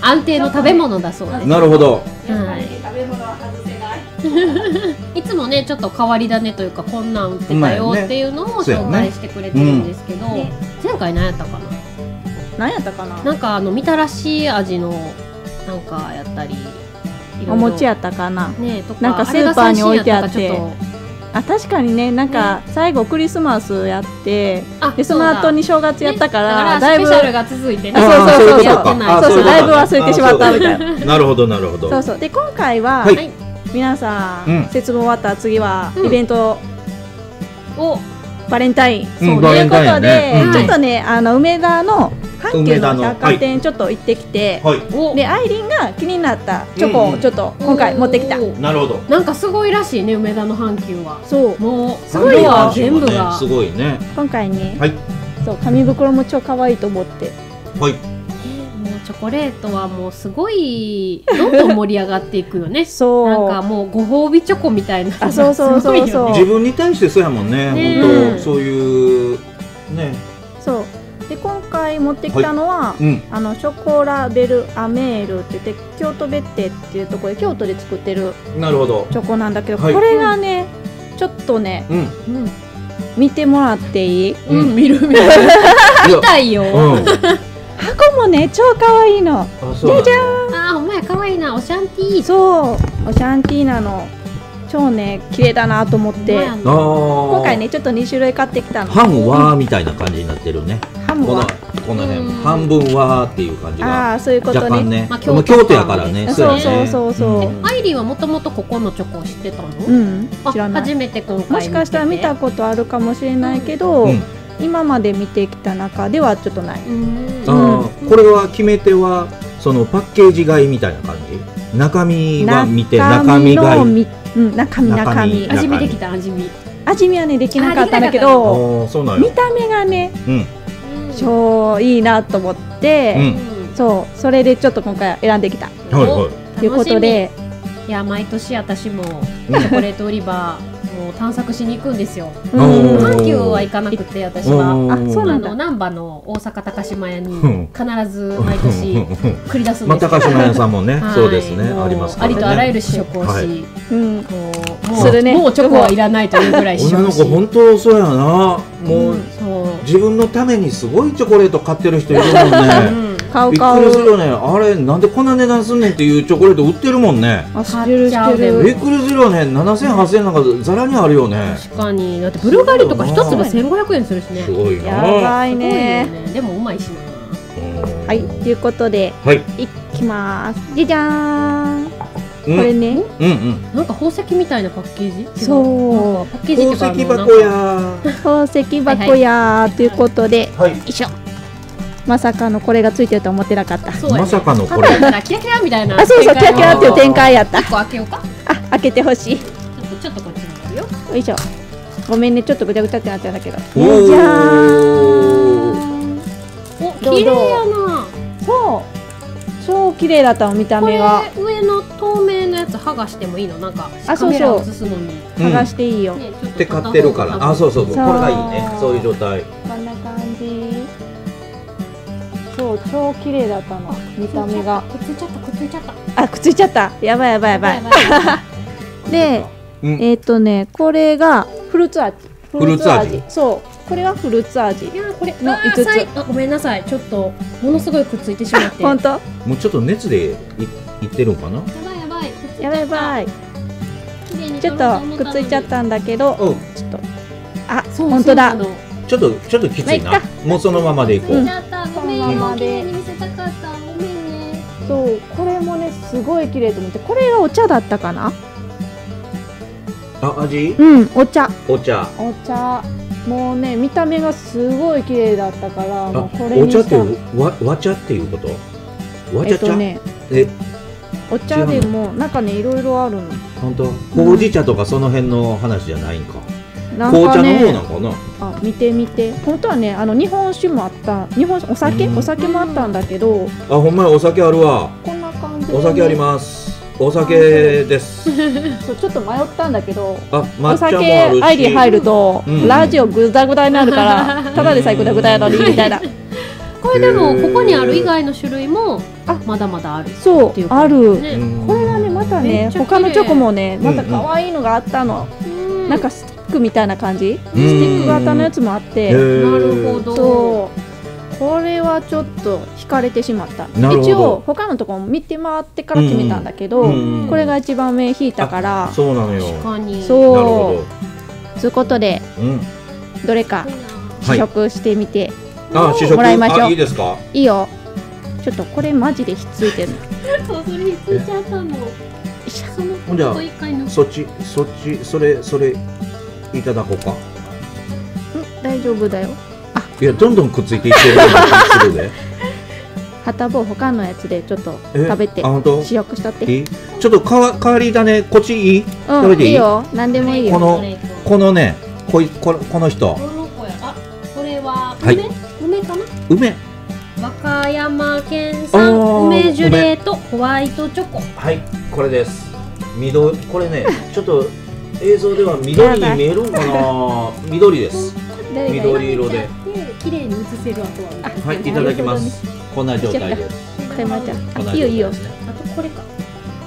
Speaker 8: 安定の食べ物だそうで
Speaker 5: 物なるほど
Speaker 8: はい
Speaker 2: 食べ物は外せない。
Speaker 8: す。いつもねちょっと変わり種というかこんなん売ってたよっていうのを
Speaker 5: そうや
Speaker 8: 紹
Speaker 5: ね
Speaker 8: 介してくれてるんですけど、
Speaker 2: んね
Speaker 8: 前回何やったかな。
Speaker 2: 何やったかな。
Speaker 8: なんかあのみたらし味のなんかやったり、いろいろ
Speaker 3: お餅やったかな
Speaker 8: ねとか
Speaker 3: なんかスーパーに置いてあって
Speaker 8: れが最新やたかちょ
Speaker 3: あ確かにねなんか最後クリスマスやって
Speaker 8: っとあ
Speaker 3: でその後に正月やったから
Speaker 8: ねだから
Speaker 3: だい
Speaker 8: スペ
Speaker 3: ぶ
Speaker 8: シャルが続いてね。
Speaker 3: あそうそうそうそう
Speaker 5: あ
Speaker 8: やってない
Speaker 5: あ
Speaker 3: そうそうだいぶ忘れ
Speaker 5: あ
Speaker 3: てしまったみたい
Speaker 5: そういうことなるほどなるほど
Speaker 3: そうそうで今回は、
Speaker 5: はい
Speaker 3: 皆さん、
Speaker 5: うん
Speaker 3: 節分終わったら次は、
Speaker 8: うん
Speaker 3: イベント
Speaker 8: お
Speaker 3: バレンタイン、
Speaker 5: うん
Speaker 3: そう
Speaker 5: バ
Speaker 3: とい
Speaker 5: レ
Speaker 3: う
Speaker 5: ン
Speaker 3: こ
Speaker 5: タインや
Speaker 3: とで、
Speaker 5: ね
Speaker 8: うん
Speaker 3: ちょっとねあの梅田の阪急
Speaker 5: 梅
Speaker 3: の
Speaker 5: 田の
Speaker 3: 百貨店ちょっと行ってきて、
Speaker 5: はい
Speaker 8: お
Speaker 3: でアイリンが気になったチョコ
Speaker 5: う
Speaker 3: を
Speaker 5: ん
Speaker 3: ちょっと今回持ってきた、
Speaker 8: おー
Speaker 5: なるほど
Speaker 8: なんかすごいらしいね梅田の阪急は。
Speaker 3: そう
Speaker 8: もう
Speaker 3: すごいわ
Speaker 5: 阪神
Speaker 8: 全
Speaker 5: も
Speaker 8: 部
Speaker 5: ね
Speaker 8: が
Speaker 5: すごいね
Speaker 3: 今回ね、
Speaker 5: はい
Speaker 3: そう紙袋も超可愛いと思って
Speaker 5: はい
Speaker 8: もうチョコレートはもうすごいどんどん盛り上がっていくよね
Speaker 3: そう
Speaker 8: なんかもうご褒美チョコみたいな
Speaker 3: あそうそうそうそう
Speaker 8: すごいよね
Speaker 5: 自分に対してそうやもんね
Speaker 8: ね
Speaker 5: 本
Speaker 3: うん
Speaker 5: 当そういうね
Speaker 3: そうで今回持ってきたのは、
Speaker 5: うん
Speaker 3: あのショコラベルアメールって言って京都別邸っていうところで京都で作ってる
Speaker 5: なるほど
Speaker 3: チョコなんだけど、
Speaker 5: はい
Speaker 3: これがねちょっとね
Speaker 5: うん
Speaker 8: うん、
Speaker 3: 見てもらっていい
Speaker 8: うん見る見る見たいよ、
Speaker 5: うん
Speaker 3: 箱もね超可愛いの
Speaker 5: あそうじゃ
Speaker 8: あーほんまや可愛いなオシャンティー
Speaker 3: そうオシャンティーナの超ね綺麗だなと思っ
Speaker 8: ほんま
Speaker 3: て
Speaker 8: やな
Speaker 5: 今
Speaker 3: 今回ねちょっと2種類買ってきたの
Speaker 5: ハムはみたいな感じになってるね
Speaker 3: ハム
Speaker 5: この
Speaker 3: は
Speaker 5: この辺
Speaker 8: うん
Speaker 5: 半分はっていう感じ
Speaker 3: あ
Speaker 5: が
Speaker 3: あそういうこ
Speaker 5: 若
Speaker 3: と
Speaker 5: 干
Speaker 3: ね
Speaker 5: ね
Speaker 8: まあ
Speaker 5: でも京都やからね
Speaker 3: そう
Speaker 5: やね
Speaker 3: そうそうそうん
Speaker 8: アイリーはもともとここのチョコを知ってたの、
Speaker 3: うん
Speaker 8: あ
Speaker 3: 知らない
Speaker 8: 初めて今回
Speaker 3: もしかしたら見たことあるかもしれないけど、
Speaker 5: うん
Speaker 3: 今まで見てきた中ではちょっとない
Speaker 8: うん
Speaker 5: あーこれは決め手はそのパッケージ買いみたいな感じ中身は見て中身
Speaker 3: の
Speaker 5: 買い
Speaker 3: みうん、中身
Speaker 5: 中
Speaker 3: 中
Speaker 5: 身
Speaker 3: 身
Speaker 5: 中身
Speaker 8: 味見できた味見、
Speaker 3: 味見はねできなかったんだけ
Speaker 5: あ
Speaker 3: ど
Speaker 5: ーそうなん
Speaker 3: 見
Speaker 5: や
Speaker 3: た目がね
Speaker 5: うん
Speaker 8: うん
Speaker 3: 超いいなと思って、
Speaker 5: うん
Speaker 3: そうそれでちょっと今回は選んできた
Speaker 8: うん
Speaker 5: はいはい
Speaker 8: お
Speaker 3: ということで
Speaker 8: 楽しみいや毎年私もチ
Speaker 5: うん
Speaker 8: ョコレート売り場もう探索しに行くんですよ
Speaker 5: み
Speaker 3: うん
Speaker 5: おー
Speaker 8: 阪急は行かなくて私は
Speaker 5: おー
Speaker 3: あそう
Speaker 8: あ
Speaker 3: なんだ
Speaker 8: の難波の大阪高島屋に
Speaker 5: ん
Speaker 8: 必ず毎年繰り出すん
Speaker 5: まあ、
Speaker 8: です
Speaker 5: 高島屋さんもね、
Speaker 8: はい
Speaker 5: そうですね、
Speaker 8: もう
Speaker 5: ありますか
Speaker 8: あ
Speaker 5: らね。
Speaker 8: りとあらゆる試食をし、
Speaker 5: はい
Speaker 3: うん
Speaker 8: こうも
Speaker 3: す
Speaker 8: う,、
Speaker 3: るね
Speaker 8: もうチョコはいらないというぐらい試
Speaker 5: 女の
Speaker 8: 食し
Speaker 5: 子、本当そうやな。もう、
Speaker 3: うん
Speaker 8: そう、
Speaker 5: 自分のためにすごいチョコレート買ってる人いるもんね。
Speaker 8: うん
Speaker 3: 買う
Speaker 5: びっく
Speaker 3: 買
Speaker 5: りする
Speaker 3: う
Speaker 5: よね。あれ、なんでこんな値段すんねんっていうチョコレート売ってるもんね。
Speaker 3: あしてるして
Speaker 8: うん
Speaker 5: び
Speaker 3: る
Speaker 5: っくりするよね。7000、8000なんかざらにあるよね。
Speaker 8: 確かにだってブルガリとか一粒1500円するしね
Speaker 5: すごい
Speaker 3: や
Speaker 5: な。
Speaker 3: ばい
Speaker 8: す
Speaker 3: ね
Speaker 8: ごいよねでもうまいしな
Speaker 5: うん
Speaker 3: はいということで
Speaker 5: はい。
Speaker 3: いきますじゃじゃーん
Speaker 5: うん
Speaker 3: これね
Speaker 5: うんうん
Speaker 8: なんか宝石みたいなパッケージ
Speaker 3: そう
Speaker 8: パッケージっていうか
Speaker 5: 宝石
Speaker 8: あの
Speaker 5: 箱やー
Speaker 3: 宝石箱やーということで
Speaker 5: はい
Speaker 3: まさかのこれがついてるとは思ってなかった
Speaker 8: そうや
Speaker 5: ま
Speaker 8: ね
Speaker 5: さかのこ
Speaker 8: 花や
Speaker 5: れ
Speaker 8: ったらキラキラみたいな
Speaker 3: あそうそうキャキャっていう展開やった
Speaker 8: 1個開けようか
Speaker 3: あ開けてほしい
Speaker 8: ちょっとちょっとこっちにあるよ
Speaker 3: よいしょごめんねちょっとぐちゃぐちゃってなっちゃうんだけど
Speaker 5: おー
Speaker 3: じゃーん
Speaker 8: お
Speaker 3: どう
Speaker 8: 綺麗やな
Speaker 3: そう超綺麗だったの見た
Speaker 8: こ
Speaker 3: 目
Speaker 8: れ
Speaker 3: が
Speaker 8: 上の透明のやつ剥がしてもいいのなんか
Speaker 3: あ
Speaker 8: カ
Speaker 3: そうそう
Speaker 8: メラ映すのにね
Speaker 5: うん
Speaker 3: 剥がしていいよ、
Speaker 8: ちょっと
Speaker 5: って買ってるからあそうそうそうこ
Speaker 3: そう
Speaker 5: れがいいねそういう状態
Speaker 3: こんな感じそう超綺麗だったの見た目が
Speaker 8: くっついちゃったくっついちゃった
Speaker 3: あくっついちゃったやばいやばいやばいで
Speaker 5: うん
Speaker 3: えっ、とねこれがフルーツ味フ
Speaker 5: ルーツ味
Speaker 3: そうこれがフルーツ味
Speaker 8: いやーこれ
Speaker 3: の
Speaker 8: あー
Speaker 3: 五つ
Speaker 8: さいあごめんなさいちょっとものすごいくっついてしま
Speaker 3: あ
Speaker 8: って
Speaker 3: 本当
Speaker 5: もうちょっと熱でいいってるんかな
Speaker 8: やばいやばいくっついちゃ
Speaker 3: や
Speaker 8: っ
Speaker 3: ば
Speaker 8: た
Speaker 3: いやばい
Speaker 8: 綺麗に
Speaker 3: ちょ
Speaker 8: 撮
Speaker 3: っ
Speaker 8: ろう思
Speaker 3: とく
Speaker 8: の
Speaker 3: っ
Speaker 8: に
Speaker 3: ついちゃったんだけど
Speaker 5: おう
Speaker 3: ちょっとあ
Speaker 8: そう
Speaker 3: 本当だ
Speaker 8: そうなの
Speaker 5: ちょっとちょっときつい
Speaker 3: まあい
Speaker 5: な
Speaker 3: っ
Speaker 5: もうそのままでいこう、
Speaker 8: くっつい
Speaker 3: うん
Speaker 8: ちゃったごめん
Speaker 3: このま
Speaker 8: よ
Speaker 3: ま
Speaker 8: 綺
Speaker 3: で
Speaker 8: 麗に見せたかったごめんね
Speaker 3: そうこれもねすごい綺麗と思ってこれがお茶だったかな
Speaker 5: あ味
Speaker 3: うんお茶
Speaker 5: お茶
Speaker 3: お茶もうね見た目がすごい綺麗だったから
Speaker 5: あ
Speaker 3: もうこれ
Speaker 5: お
Speaker 3: に
Speaker 5: 茶
Speaker 3: し
Speaker 5: って
Speaker 3: た
Speaker 5: わ和茶っていうこと和
Speaker 3: え
Speaker 5: 茶
Speaker 3: っ
Speaker 5: 茶、
Speaker 3: とね
Speaker 5: え
Speaker 3: お茶でもなんかねいろいろあるの
Speaker 5: 本当ほうじ茶とかその辺の話じゃないんか、
Speaker 3: なん
Speaker 5: 紅
Speaker 3: か
Speaker 5: 茶の方
Speaker 3: ね
Speaker 5: なんかな
Speaker 3: あ見て見て本当はねあの日本酒もあった日本酒お酒、
Speaker 5: うん
Speaker 3: お酒もあったんだけど
Speaker 5: あほんまやお酒あるわ
Speaker 3: こんな感じでね、
Speaker 5: お酒ありますお酒です
Speaker 3: すそうちょっと迷ったんだけど
Speaker 5: あ
Speaker 3: お
Speaker 5: 抹茶
Speaker 3: 酒
Speaker 5: もあるし
Speaker 3: アイリー入ると、
Speaker 5: うん
Speaker 3: ラジオグダグダになる からただでさえグダグダやのにみたいな
Speaker 8: これでもここにある以外の種類もまだまだある
Speaker 3: そ
Speaker 8: っていうう
Speaker 3: ある
Speaker 5: う
Speaker 8: ね
Speaker 5: ん
Speaker 3: これがねまた
Speaker 8: め
Speaker 3: ね
Speaker 8: っちゃ綺麗
Speaker 3: 他のチョコもねまた
Speaker 5: うんうん
Speaker 3: 可愛いのがあったの、
Speaker 8: うん
Speaker 3: なんかスティックみたいな感じ、
Speaker 5: うん
Speaker 3: スティック型のやつもあって、
Speaker 5: へー
Speaker 8: なるほど
Speaker 3: そうこれはちょっと惹かれてしまった
Speaker 5: なるほど
Speaker 3: 一応他のとこも見て回ってから決めたんだけど、
Speaker 5: うん
Speaker 3: これが一番目引いたから
Speaker 5: そうなのよ
Speaker 8: 確かに
Speaker 3: そう
Speaker 5: なるほ
Speaker 3: ということで
Speaker 5: どうん
Speaker 3: どれか
Speaker 5: は
Speaker 3: 試
Speaker 5: い
Speaker 3: 食してみて、
Speaker 5: あ試食
Speaker 3: もらいましょう
Speaker 5: あいいですか
Speaker 3: い、いよちょっとこれマジでひっついてる
Speaker 8: そうそれについちゃったのその
Speaker 5: ほんじゃ
Speaker 8: 子と一回の
Speaker 5: そっちそっちそれそれいただこうか
Speaker 3: うん大丈夫だよ
Speaker 5: いやどんどんくっついていってるような気する で
Speaker 3: はたぼう他のやつでちょっと
Speaker 5: え
Speaker 3: 食べて
Speaker 5: あ本当
Speaker 3: 試食しとって
Speaker 5: いいちょっとかわ代わりだねこっちいい食
Speaker 3: う
Speaker 5: べ
Speaker 3: ん
Speaker 5: ていい
Speaker 3: いいよ何でもいい
Speaker 5: こ
Speaker 3: よ
Speaker 5: の
Speaker 8: ブレイク
Speaker 5: このねこいこのこの人
Speaker 8: この子やあこれは
Speaker 5: はい
Speaker 8: 梅梅かな
Speaker 5: 梅
Speaker 8: 和歌山県産
Speaker 5: おー
Speaker 8: 梅ジュレーとホワイトチョコ
Speaker 5: はいこれです緑これねちょっと映像では緑に見えるんかな緑です
Speaker 3: 誰がいい
Speaker 5: 緑色で
Speaker 8: 綺麗に映せるあとは
Speaker 5: はいいただきますこんな状態です
Speaker 3: これまちゃん
Speaker 5: こんな
Speaker 3: あい
Speaker 5: 状態
Speaker 3: いよいいよ
Speaker 5: ですね
Speaker 8: あとこれか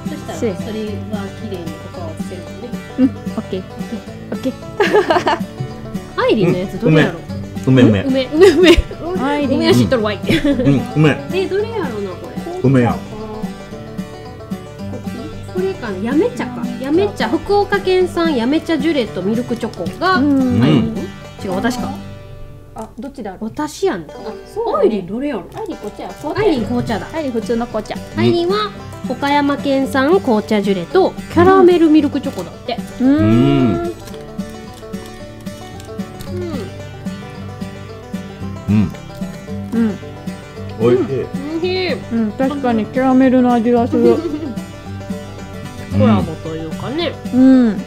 Speaker 8: そしたらそ
Speaker 3: 失
Speaker 8: れ
Speaker 3: 礼
Speaker 8: は綺麗に他を映せるのね
Speaker 3: うんオッケーオッケー
Speaker 8: アイリーのやつどれやろ
Speaker 5: 梅梅
Speaker 8: 梅梅梅
Speaker 3: アイリー
Speaker 8: 梅やしっとるわい
Speaker 5: うん梅
Speaker 8: えどれやろなこれ
Speaker 5: 梅やん
Speaker 8: これかなやめ茶かやめ茶福岡県産やめ茶ジュレとミルクチョコが、
Speaker 3: うん
Speaker 8: アイリー
Speaker 5: う
Speaker 8: 違う私か
Speaker 3: あどっちだろ
Speaker 8: 私やんか
Speaker 3: あそう
Speaker 8: アイリンどれやろ
Speaker 3: アイリーこっちや
Speaker 8: アイリン紅茶だ
Speaker 3: アイリー普通の紅茶
Speaker 8: アイリンは岡山県産紅茶ジュレとキャラメルミルクチョコだって
Speaker 3: う
Speaker 5: う
Speaker 3: ーん
Speaker 5: ん
Speaker 8: うん、うん、
Speaker 5: うん
Speaker 3: うん
Speaker 5: おいしい
Speaker 8: しい
Speaker 3: うん確かにキャラメルの味がする
Speaker 8: コラボというかね、
Speaker 3: うん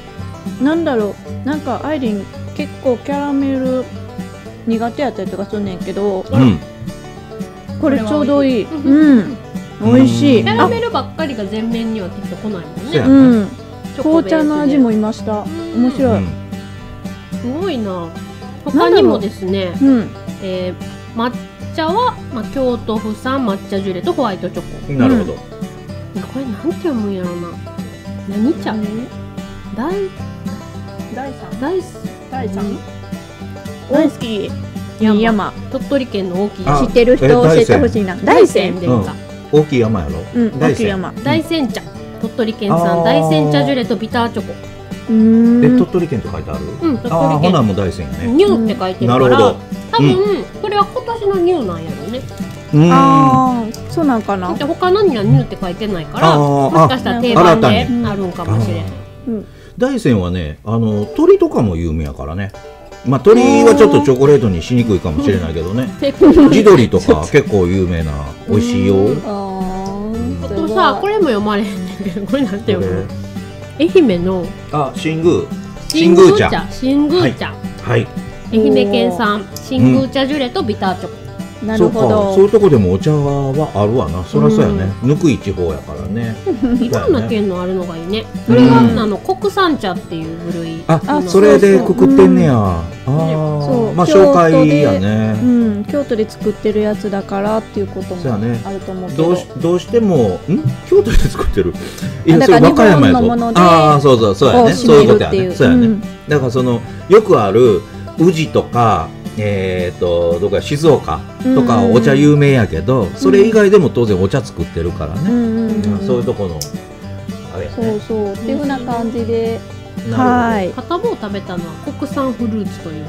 Speaker 3: なんだろうなんかアイリン結構キャラメル苦手やったりとかすんねんけど
Speaker 5: うん
Speaker 3: これちょうどいい
Speaker 8: これ
Speaker 3: うん美味し
Speaker 5: う
Speaker 3: い
Speaker 5: ん
Speaker 8: キャラ
Speaker 3: あ
Speaker 8: メルばっかりが全面にはきっと来ないもん
Speaker 5: そうや
Speaker 8: ね
Speaker 5: ル
Speaker 3: うん
Speaker 8: チョコベー
Speaker 3: 紅
Speaker 8: スで
Speaker 3: 茶の味もいました
Speaker 8: ん
Speaker 3: 面白い
Speaker 8: すごいな他にもですね、
Speaker 3: うん
Speaker 8: えー抹茶は、まあ、京都府産抹茶ジュレとホワイトチョコ
Speaker 5: うんなるほど
Speaker 8: これなんて読むんやろな何茶大
Speaker 3: 第三
Speaker 8: 大
Speaker 3: 第
Speaker 8: 三
Speaker 3: 大好き
Speaker 8: 山
Speaker 3: 山
Speaker 8: 鳥取県の大きい
Speaker 5: あ
Speaker 3: 知ってる人教えてほしいな大山
Speaker 8: でか、
Speaker 5: 大きい山やろ
Speaker 3: うん大きい山
Speaker 8: 大山茶鳥取県
Speaker 5: あ
Speaker 8: 産
Speaker 5: ー
Speaker 8: 大山茶ジュレとビターチョコ
Speaker 3: うー
Speaker 5: え
Speaker 3: ん
Speaker 5: 鳥取県って書いてある
Speaker 8: うん鳥
Speaker 5: ああ
Speaker 8: 取
Speaker 5: ほな
Speaker 8: 県
Speaker 5: もう大山やね
Speaker 8: ニューって書いてる
Speaker 5: な
Speaker 8: か
Speaker 5: るほ
Speaker 8: ら
Speaker 5: ど
Speaker 8: 多分、これは今年のニューなんやろね
Speaker 5: うん
Speaker 3: ああそうなんか
Speaker 8: だ
Speaker 3: な
Speaker 8: って他のにはニューって書いてないから
Speaker 5: あー
Speaker 8: もしかしたら定番であるんかもしれん
Speaker 5: あ大山はねあの鳥とかも有名やからねまあ鳥はちょっとチョコレートにしにくいかもしれないけどね 地鶏とか結構有名な美味しいよ
Speaker 8: う
Speaker 5: こ
Speaker 8: あとさこれも読まれへんねんけどこれなんて
Speaker 5: れ
Speaker 8: 読む愛媛の
Speaker 5: あ新宮新宮茶
Speaker 8: 新宮茶
Speaker 5: はい
Speaker 8: 愛媛県産新宮茶ジュレとビターチョコ
Speaker 3: れな
Speaker 5: そ
Speaker 3: る
Speaker 5: うか
Speaker 3: ほ
Speaker 5: そう
Speaker 3: ど
Speaker 5: いうとこでもお茶はあるわなそりゃそうやねぬくい地方やからね
Speaker 8: いろんな県のあるのがいいねこ
Speaker 5: う
Speaker 8: れがあ
Speaker 5: ん
Speaker 8: の国産茶っていう部類
Speaker 5: あ
Speaker 3: あ
Speaker 5: それで
Speaker 3: そうそ
Speaker 5: く
Speaker 3: う
Speaker 5: くってんねやあ
Speaker 3: そ
Speaker 5: ー
Speaker 3: う
Speaker 5: まあ
Speaker 3: 京
Speaker 5: 紹
Speaker 3: 都で
Speaker 5: 介や
Speaker 3: う
Speaker 5: ね
Speaker 3: ん京都で作ってるやつだからっていうこと
Speaker 5: そう
Speaker 3: も
Speaker 5: やね
Speaker 3: あると思うけ
Speaker 5: ど
Speaker 3: ど
Speaker 5: うしどうしてもん京都で作ってるい
Speaker 3: あ
Speaker 5: や
Speaker 3: だ
Speaker 5: そ
Speaker 3: か
Speaker 5: れ
Speaker 3: ら
Speaker 5: 和歌山や
Speaker 3: 日本の
Speaker 5: ぞ
Speaker 3: もので
Speaker 5: ああそうそうそうやねそういうことやねそうやね
Speaker 3: ん
Speaker 5: だからそのよくある宇治とかえー、とどこか静岡とか
Speaker 3: うん
Speaker 5: お茶有名やけど、それ以外でも当然お茶作ってるから
Speaker 3: う
Speaker 5: ね、
Speaker 3: んうん
Speaker 5: うん
Speaker 3: うん
Speaker 5: そういうとこのあれや
Speaker 3: そう
Speaker 5: ね
Speaker 3: そうっていうふうな感じで
Speaker 5: な
Speaker 3: は
Speaker 5: る
Speaker 3: い
Speaker 8: 片棒食べたのは国産フルーツという部類やね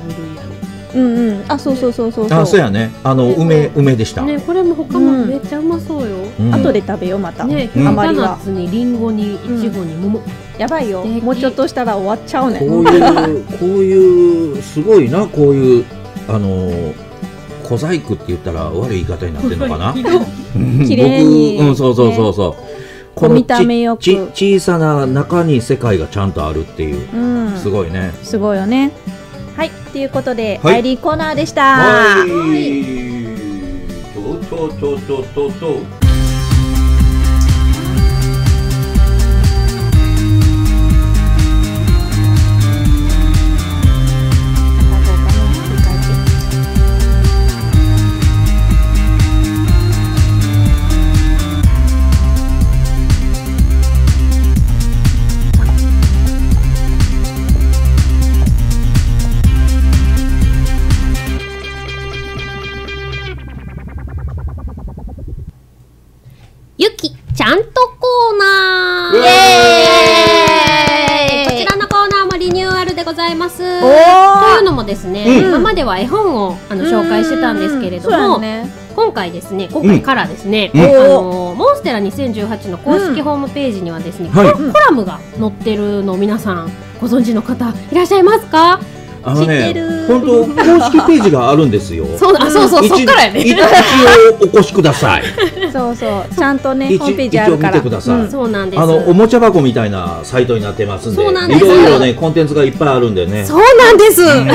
Speaker 3: うんうんあそうそうそうそう
Speaker 5: ほどあそうやねあの
Speaker 8: で
Speaker 5: 梅梅でした、
Speaker 8: ねこれも他も
Speaker 3: うん
Speaker 8: めっちゃうまそうよ、
Speaker 5: うん
Speaker 3: 後で食べようまた、
Speaker 8: ね
Speaker 5: うん
Speaker 8: キ
Speaker 3: あ
Speaker 8: ン
Speaker 3: ま
Speaker 8: ナ
Speaker 3: り
Speaker 8: ッ
Speaker 3: は
Speaker 8: ツにリンゴにイチゴに桃、
Speaker 3: やばいよ
Speaker 8: 素敵
Speaker 3: もうちょっとしたら終わっちゃうね
Speaker 5: こういうこういうすごいなこういうあの小細工って言ったら悪い言い方になってるのかなうん
Speaker 3: 綺麗に
Speaker 5: 僕うんそうそうそうそう、この
Speaker 3: 見た目よく
Speaker 5: ちち小さな中に世界がちゃんとあるっていう
Speaker 3: うん
Speaker 5: すごいね、
Speaker 3: すごいよねはいっていうことで、
Speaker 5: はい
Speaker 3: アイリーコーナーでした、
Speaker 5: はい。とうとうとうとうとう。
Speaker 8: ゆきちゃんとコーナー
Speaker 5: イ
Speaker 8: イエーイこちらのコーナーもリニューアルでございますと
Speaker 3: お
Speaker 8: いう
Speaker 3: ー
Speaker 8: のもですね、
Speaker 5: うん
Speaker 8: 今までは絵本をあの紹介してたんですけれども、
Speaker 3: うんそうやね
Speaker 8: 今回ですね今回からですね、
Speaker 5: うん
Speaker 8: あ
Speaker 3: おー
Speaker 8: のモンステラ2018の公式ホームページにはですね、
Speaker 5: はい
Speaker 8: コラコラムが載ってるのを皆さんご存知の方いらっしゃいますか
Speaker 5: あの
Speaker 3: 知って
Speaker 5: ね、
Speaker 3: る
Speaker 5: 本当公式ページがあるんですよ。
Speaker 8: そうあそうそう
Speaker 5: 一
Speaker 8: そっからや
Speaker 5: 一
Speaker 8: ね
Speaker 5: 一応お越しく ださい。
Speaker 3: そうそうちゃんとね
Speaker 5: 一
Speaker 3: ホームページあるから
Speaker 5: 一応見てください
Speaker 3: うん
Speaker 8: そうなんです
Speaker 5: あのおもちゃ箱みたいなサイトになってますんで、
Speaker 8: そうなんです
Speaker 5: いろいろねコンテンツがいっぱいあるんでね。
Speaker 8: そうなんです。
Speaker 5: う
Speaker 8: い
Speaker 5: ん
Speaker 8: や、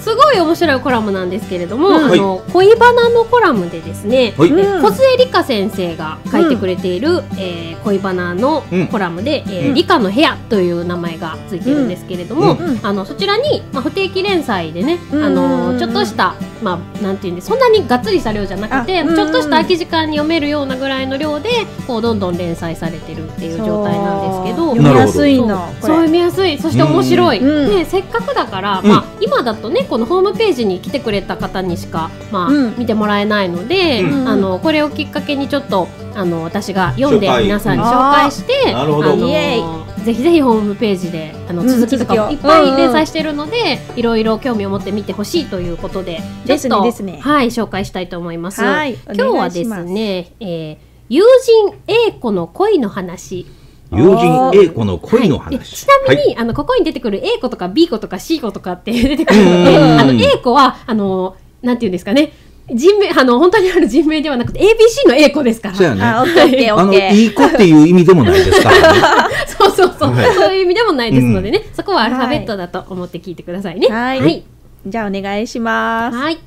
Speaker 8: すごい面白いコラムなんですけれども、
Speaker 5: うん
Speaker 8: あの、恋バナのコラムでですね。
Speaker 5: はい。
Speaker 3: うん
Speaker 8: 小杉理香先生が書いてくれている、えー恋バナのコラムで、えー
Speaker 5: うん
Speaker 8: 理科の部屋という名前がついてるんですけれども、
Speaker 5: うん
Speaker 3: うん
Speaker 8: あのそちらに、まあ、不定期連載でね、
Speaker 3: うん
Speaker 8: あのちょっとした、まあ、なんていうんでそんなにがっつりした量じゃなくて、
Speaker 3: あうん
Speaker 8: ちょっとした空き時間に読めるようなぐらいの量でこうどんどん連載されてるっていう状態なんですけど
Speaker 3: そう読み
Speaker 5: な
Speaker 3: や
Speaker 5: るほど
Speaker 3: すいのこ
Speaker 8: そう
Speaker 3: れ
Speaker 8: 読みやすいそして面白い、
Speaker 3: うん
Speaker 8: でせっかくだから、
Speaker 5: うん
Speaker 8: まあ、今だとねこのホームページに来てくれた方にしか、まあ
Speaker 3: うん
Speaker 8: 見てもらえないので、
Speaker 5: うん
Speaker 8: あのこれをきっかけにちょっとあの私が読んで
Speaker 5: 紹介
Speaker 8: 皆さんに紹介して
Speaker 5: あーなるほど
Speaker 8: あの
Speaker 3: イエ
Speaker 8: ぜひぜひホームページであの
Speaker 3: うん
Speaker 8: 続きとか
Speaker 3: 続
Speaker 8: もい
Speaker 3: きを
Speaker 8: っぱい連載してるので、いろいろ興味を持って見てほしいということでちょ
Speaker 3: で
Speaker 8: っ
Speaker 3: すね
Speaker 8: と、
Speaker 3: ですね
Speaker 8: はい、紹介したいと思います。
Speaker 3: はい
Speaker 8: 今日はですね、えー友人 A 子の恋の話
Speaker 5: 友人 A 子の恋の
Speaker 8: はい
Speaker 5: 話。
Speaker 8: ちなみに、
Speaker 5: はい
Speaker 8: あのここに出てくる A 子とか B 子とか C 子とかって 出てくるの
Speaker 5: う
Speaker 8: で、
Speaker 5: ん
Speaker 8: あの A 子はあのなんていうんですかね、人名あの本当にある人名ではなくて ABC の A 子ですから。
Speaker 5: そうやね。
Speaker 3: あ
Speaker 5: あ
Speaker 3: オッケーオッケーオッ
Speaker 5: の
Speaker 3: ケー
Speaker 5: いい子っていう意味でもないですからね。
Speaker 8: そうそうそう、
Speaker 5: はい
Speaker 8: そういう意味でもないですのでね、そこはアルファベットだと思って聞いてくださいね。
Speaker 3: はい
Speaker 8: はい。
Speaker 3: じゃあお願いします
Speaker 8: はい。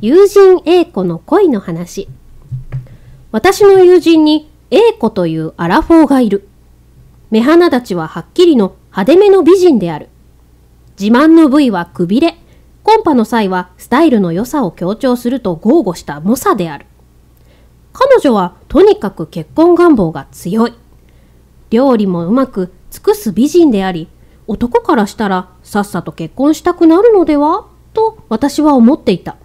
Speaker 8: 友人 A 子の恋の話。私の友人に A 子というアラフォーがいる。目鼻立ちははっきりの派手めの美人である。自慢の部位はくびれ。コンパの際はスタイルの良さを強調すると豪語した猛者である。彼女はとにかく結婚願望が強い。料理もうまく尽くす美人であり男からしたらさっさと結婚したくなるのではと私は思っていた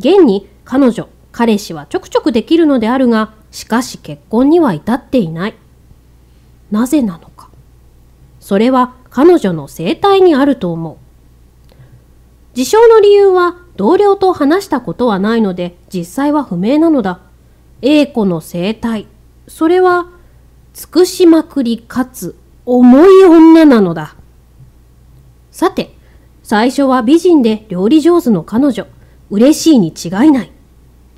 Speaker 8: 現に彼女彼氏はちょくちょくできるのであるがしかし結婚には至っていないなぜなのかそれは彼女の生態にあると思う自称の理由は同僚と話したことはないので実際は不明なのだ A 子の生態それは尽くしまくりかつ重い女なのださて最初は美人で料理上手の彼女嬉しいに違いない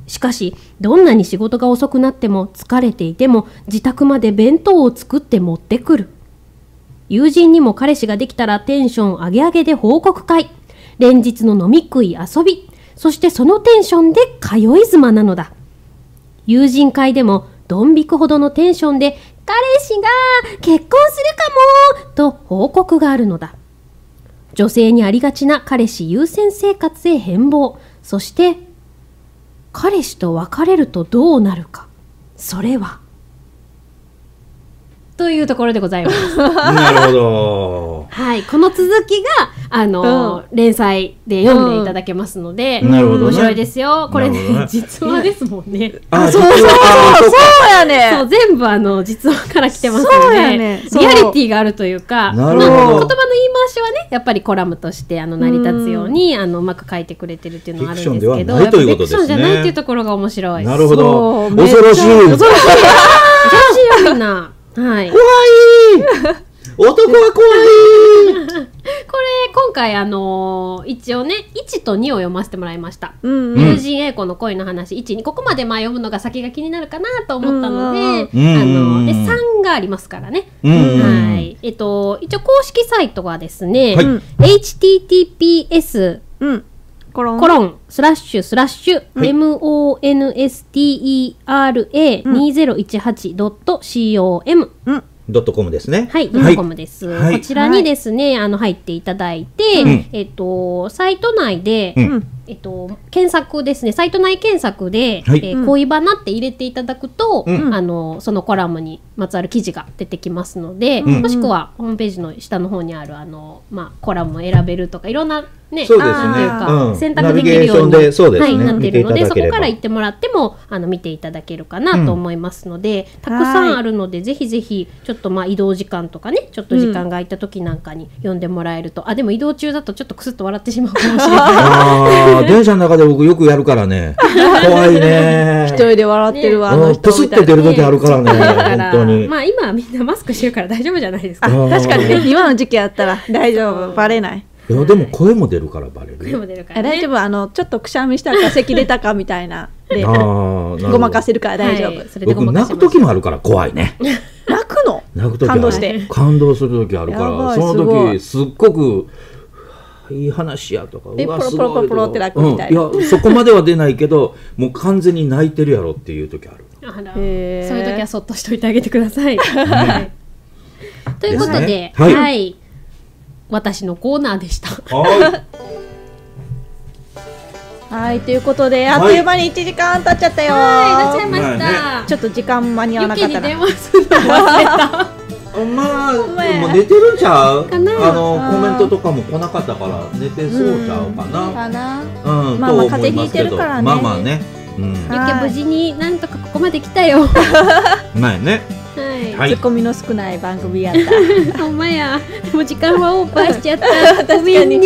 Speaker 8: しかしどんなに仕事が遅くなっても疲れていても自宅まで弁当を作って持ってくる友人にも彼氏ができたらテンション上げ上げで報告会連日の飲み食い遊びそしてそのテンションで通い妻なのだ友人会でもドン引くほどのテンションで彼氏が結婚するかもと報告があるのだ女性にありがちな彼氏優先生活へ変貌そして彼氏と別れるとどうなるかそれはというところでございます
Speaker 5: なるほど。
Speaker 8: はい、この続きが、あのー連載で読んでいただけますので、
Speaker 5: うんなるほどね
Speaker 8: 面白いですよ。これ
Speaker 5: なるほど
Speaker 8: ね、
Speaker 5: ね
Speaker 8: 実話ですもんね。
Speaker 5: あ、そうそう
Speaker 3: そうや
Speaker 8: そう、
Speaker 3: ね
Speaker 8: 全部あの、実話から来てます
Speaker 3: そ
Speaker 8: の
Speaker 3: う
Speaker 8: で、
Speaker 3: やねそう
Speaker 8: リアリティがあるというか、
Speaker 5: な
Speaker 8: まあ
Speaker 5: る
Speaker 8: 言
Speaker 5: ほど
Speaker 8: 葉の言い回しはね、やっぱりコラムとして、あの、成り立つように、あの、うまく書いてくれてるっていうのはあるんですけど、
Speaker 5: フィクションではな
Speaker 8: や
Speaker 5: い
Speaker 8: っぱ
Speaker 5: とい
Speaker 8: フ
Speaker 5: うこ
Speaker 8: ィ
Speaker 5: と
Speaker 8: クシ
Speaker 5: ですね
Speaker 8: ョンじゃないっていうところが面白い。
Speaker 5: なるほど。
Speaker 3: そうめっちゃ
Speaker 5: 恐ろしい。
Speaker 8: 恐ろしい。恐ろしいよ、みんな。はい。これ、
Speaker 5: 男は怖い。
Speaker 8: 今回、あのー一応ね、1と2を読ませてもらいました。
Speaker 3: うん
Speaker 5: うん
Speaker 8: 友人 A 子の恋の話1にここまでまあ読むのが先が気になるかなと思ったので、
Speaker 5: うんうんうん
Speaker 8: あので
Speaker 5: うん
Speaker 8: 3がありますからね、
Speaker 5: うん
Speaker 8: はいえっと、一応公式サイトはですね、
Speaker 5: はい
Speaker 8: https
Speaker 3: うん
Speaker 2: コロン
Speaker 8: コロンスラッシュスラッシュ monstera2018.com
Speaker 5: ドットコムですね。
Speaker 8: はい、ドットコムです、
Speaker 5: はい
Speaker 8: こちらにですね、あの入っていただいて、
Speaker 5: うん
Speaker 8: えっと、サイト内で、
Speaker 5: うん
Speaker 8: えっと、検索ですね、サイト内検索で、
Speaker 5: はい
Speaker 8: えー恋バナって入れていただくと、
Speaker 5: うん
Speaker 8: あの、そのコラムにまつわる記事が出てきますので、
Speaker 5: うん
Speaker 8: もしくはホームページの下の方にある、あの、まあ、コラムを選べるとか、いろんなね、
Speaker 5: そうですね
Speaker 8: アプリというか、
Speaker 5: うん
Speaker 8: 選択できるよう
Speaker 5: ナビゲーショ
Speaker 8: に
Speaker 5: ンでそうですね
Speaker 8: はい、なっているの
Speaker 5: 見てい
Speaker 8: で、そ
Speaker 5: ただけれ
Speaker 8: こ
Speaker 5: ば
Speaker 8: から行ってもらっても、あの、見ていただけるかなと思いますので、たくさんあるので、ぜひぜひ、ちょっとまあ、移動時間とかね、ちょっと時間が空いた時なんかに読んでもらえると、あ、でも移動中だとちょっとクスッと笑ってしまうかもしれない。
Speaker 5: ああ、電車の中で僕よくやるからね。怖いね。
Speaker 3: 一人で笑ってるわあ
Speaker 5: う
Speaker 3: の
Speaker 5: んプ
Speaker 3: 人
Speaker 5: ス
Speaker 3: み
Speaker 5: った
Speaker 3: い
Speaker 5: て
Speaker 3: な
Speaker 5: 出る時あるからね。本当 に。
Speaker 8: まあ今はみんなマスクしてるから大丈夫じゃないですか。
Speaker 5: うん
Speaker 3: 確かにね今の時期やったら大丈夫バレない
Speaker 5: いやでも声も出るからバレ
Speaker 8: 声も
Speaker 5: る。
Speaker 8: 出るから
Speaker 3: あ
Speaker 8: ね。
Speaker 3: 大丈夫あのちょっとくしゃみしたか咳出たかみたいなで
Speaker 5: ああ、なる
Speaker 3: ごまかせ
Speaker 5: る。
Speaker 3: るから大丈夫
Speaker 8: はいそれでごま
Speaker 5: 僕
Speaker 8: かし
Speaker 5: 泣く
Speaker 8: まし
Speaker 5: 時もあるから怖いね。
Speaker 3: 泣くの
Speaker 5: 泣く時ある
Speaker 3: 感動して
Speaker 5: 感動する時あるか
Speaker 3: やば
Speaker 5: ら
Speaker 3: い
Speaker 5: そ
Speaker 3: すご
Speaker 5: の時
Speaker 3: い
Speaker 5: すっごくうわいい話やとか
Speaker 3: で
Speaker 5: うわ
Speaker 3: ポロ
Speaker 5: す
Speaker 3: ポロ
Speaker 5: ごい
Speaker 3: ポロポロって泣くみたいな
Speaker 5: うん、いやそこまでは出ないけどもう完全に泣いてるやろっていう時ある
Speaker 8: あらそう
Speaker 3: へー
Speaker 8: いう時はそっとしといてあげてくだ さい。はいということで、
Speaker 5: ですね
Speaker 8: は、
Speaker 5: はいい
Speaker 8: 私のコーナーでした。
Speaker 5: は
Speaker 3: はいということであっという間に1時間経っちゃったよ
Speaker 8: はい、なっちゃいまし
Speaker 5: まあ
Speaker 8: た。
Speaker 3: ちょっと時間間に合わな
Speaker 8: 余
Speaker 3: か
Speaker 8: 計
Speaker 3: った
Speaker 8: に
Speaker 3: な
Speaker 8: 電話するの 忘れた。
Speaker 5: いまあ
Speaker 3: 前
Speaker 5: もう寝てるんちゃう
Speaker 8: かな
Speaker 5: あの
Speaker 3: あー
Speaker 5: コメントとかも来なかったから寝てそうちゃうかな
Speaker 3: かな
Speaker 5: うん、
Speaker 3: まあ
Speaker 5: と
Speaker 3: まあ
Speaker 5: 思いますけ
Speaker 3: 風邪ひいて
Speaker 5: ど
Speaker 3: るからね
Speaker 5: まあまあねうん
Speaker 3: はい
Speaker 8: 余計無事になんとかここまで来たよ。 は
Speaker 5: まあね
Speaker 8: い。
Speaker 5: はい
Speaker 3: ツッコミの少ない番組やった
Speaker 8: ほんまや。もう時間はオーバーしちゃ った。ごめんね。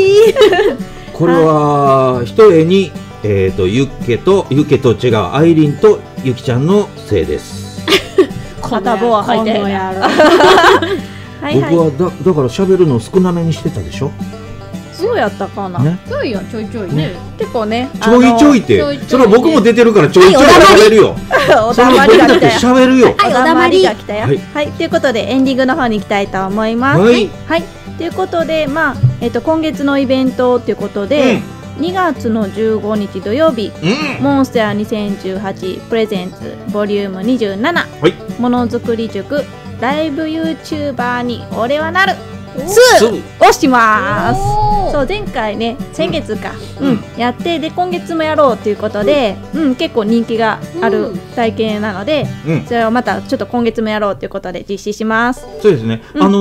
Speaker 5: これはひとえにえっ、とゆっけとゆっけと違うアイリンとゆきちゃんのせいです
Speaker 8: こ
Speaker 3: 片棒は 入ってへんな
Speaker 8: やろ。
Speaker 3: はい
Speaker 5: 僕
Speaker 3: はい
Speaker 5: はだだから喋るの少なめにしてたでしょ、
Speaker 3: そうやったかな、
Speaker 5: ね、
Speaker 8: そうよ、ちょいちょいね。
Speaker 3: 結構ね
Speaker 5: ちょいちょい
Speaker 3: い
Speaker 5: って
Speaker 8: あのちょいちょいね
Speaker 5: それは僕も出てるからちょいちょい喋るよ、
Speaker 3: お
Speaker 5: それ
Speaker 3: だ
Speaker 5: は
Speaker 3: まり
Speaker 5: 僕
Speaker 3: が
Speaker 5: だ
Speaker 3: 来
Speaker 5: って
Speaker 3: たよ
Speaker 5: 喋るよ
Speaker 8: はい
Speaker 3: おだまりが来たよ
Speaker 5: はい
Speaker 3: はいということでエンディングの方に行きたいと思います
Speaker 5: はい
Speaker 3: はいということでまあえっと今月のイベントということで、2月の15日土曜日
Speaker 5: うん、
Speaker 3: モンスター2018プレゼンツボリューム27、
Speaker 5: い
Speaker 3: ものづくり塾ライブ YouTuber に俺はなる
Speaker 5: うん、す
Speaker 3: 2をします
Speaker 8: おー
Speaker 3: そう前回ね先月か、
Speaker 5: うん
Speaker 3: うんやってで今月もやろうということで、うん結構人気がある体験なので、
Speaker 5: うん
Speaker 3: それをまたちょっと今月もやろうということで実施します。
Speaker 5: そうですね、
Speaker 3: うん
Speaker 5: あの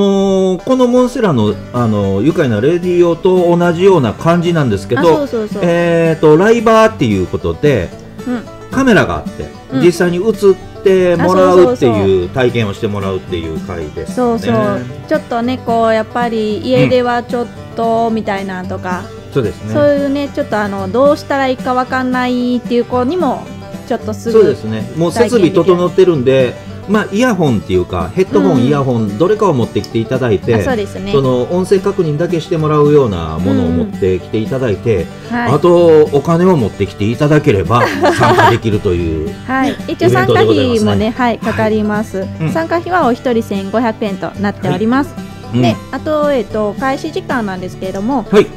Speaker 5: ーこのモンステラの、あのー愉快なレディオと同じような感じなんですけ
Speaker 3: あそ
Speaker 5: ど
Speaker 3: うそうそう、
Speaker 5: えー、とライバーっていうことで、
Speaker 3: うん
Speaker 5: カメラがあって、
Speaker 3: うん
Speaker 5: 実際に映ってもら
Speaker 3: あそうそうそう
Speaker 5: うっていう体験をしてもらうっていう回ですね
Speaker 3: そうそうちょっとねこうやっぱり家ではちょっとみたいなとか、
Speaker 5: そうですね。
Speaker 3: そういうねちょっとあのどうしたらいいかわかんないっていう子にもちょっとす
Speaker 5: そうで
Speaker 3: ぐ
Speaker 5: すね。もう設備整ってるんで、まあイヤホンっていうかヘッドホン、
Speaker 3: うん
Speaker 5: イヤホンどれかを持ってきていただいて、
Speaker 3: あそうですね
Speaker 5: その音声確認だけしてもらうようなものを持ってきていただいて、あ
Speaker 3: は
Speaker 5: とお金を持ってきていただければ参加できる という。
Speaker 3: い、はい、一応
Speaker 5: イベン
Speaker 3: 参
Speaker 5: ト
Speaker 3: 加
Speaker 5: でございますね
Speaker 3: 費もねはいかかります、
Speaker 5: うん
Speaker 3: 参加費はお一人1500円となっております、
Speaker 5: うん
Speaker 3: であと,、えっと開始時間なんですけれども
Speaker 5: はい。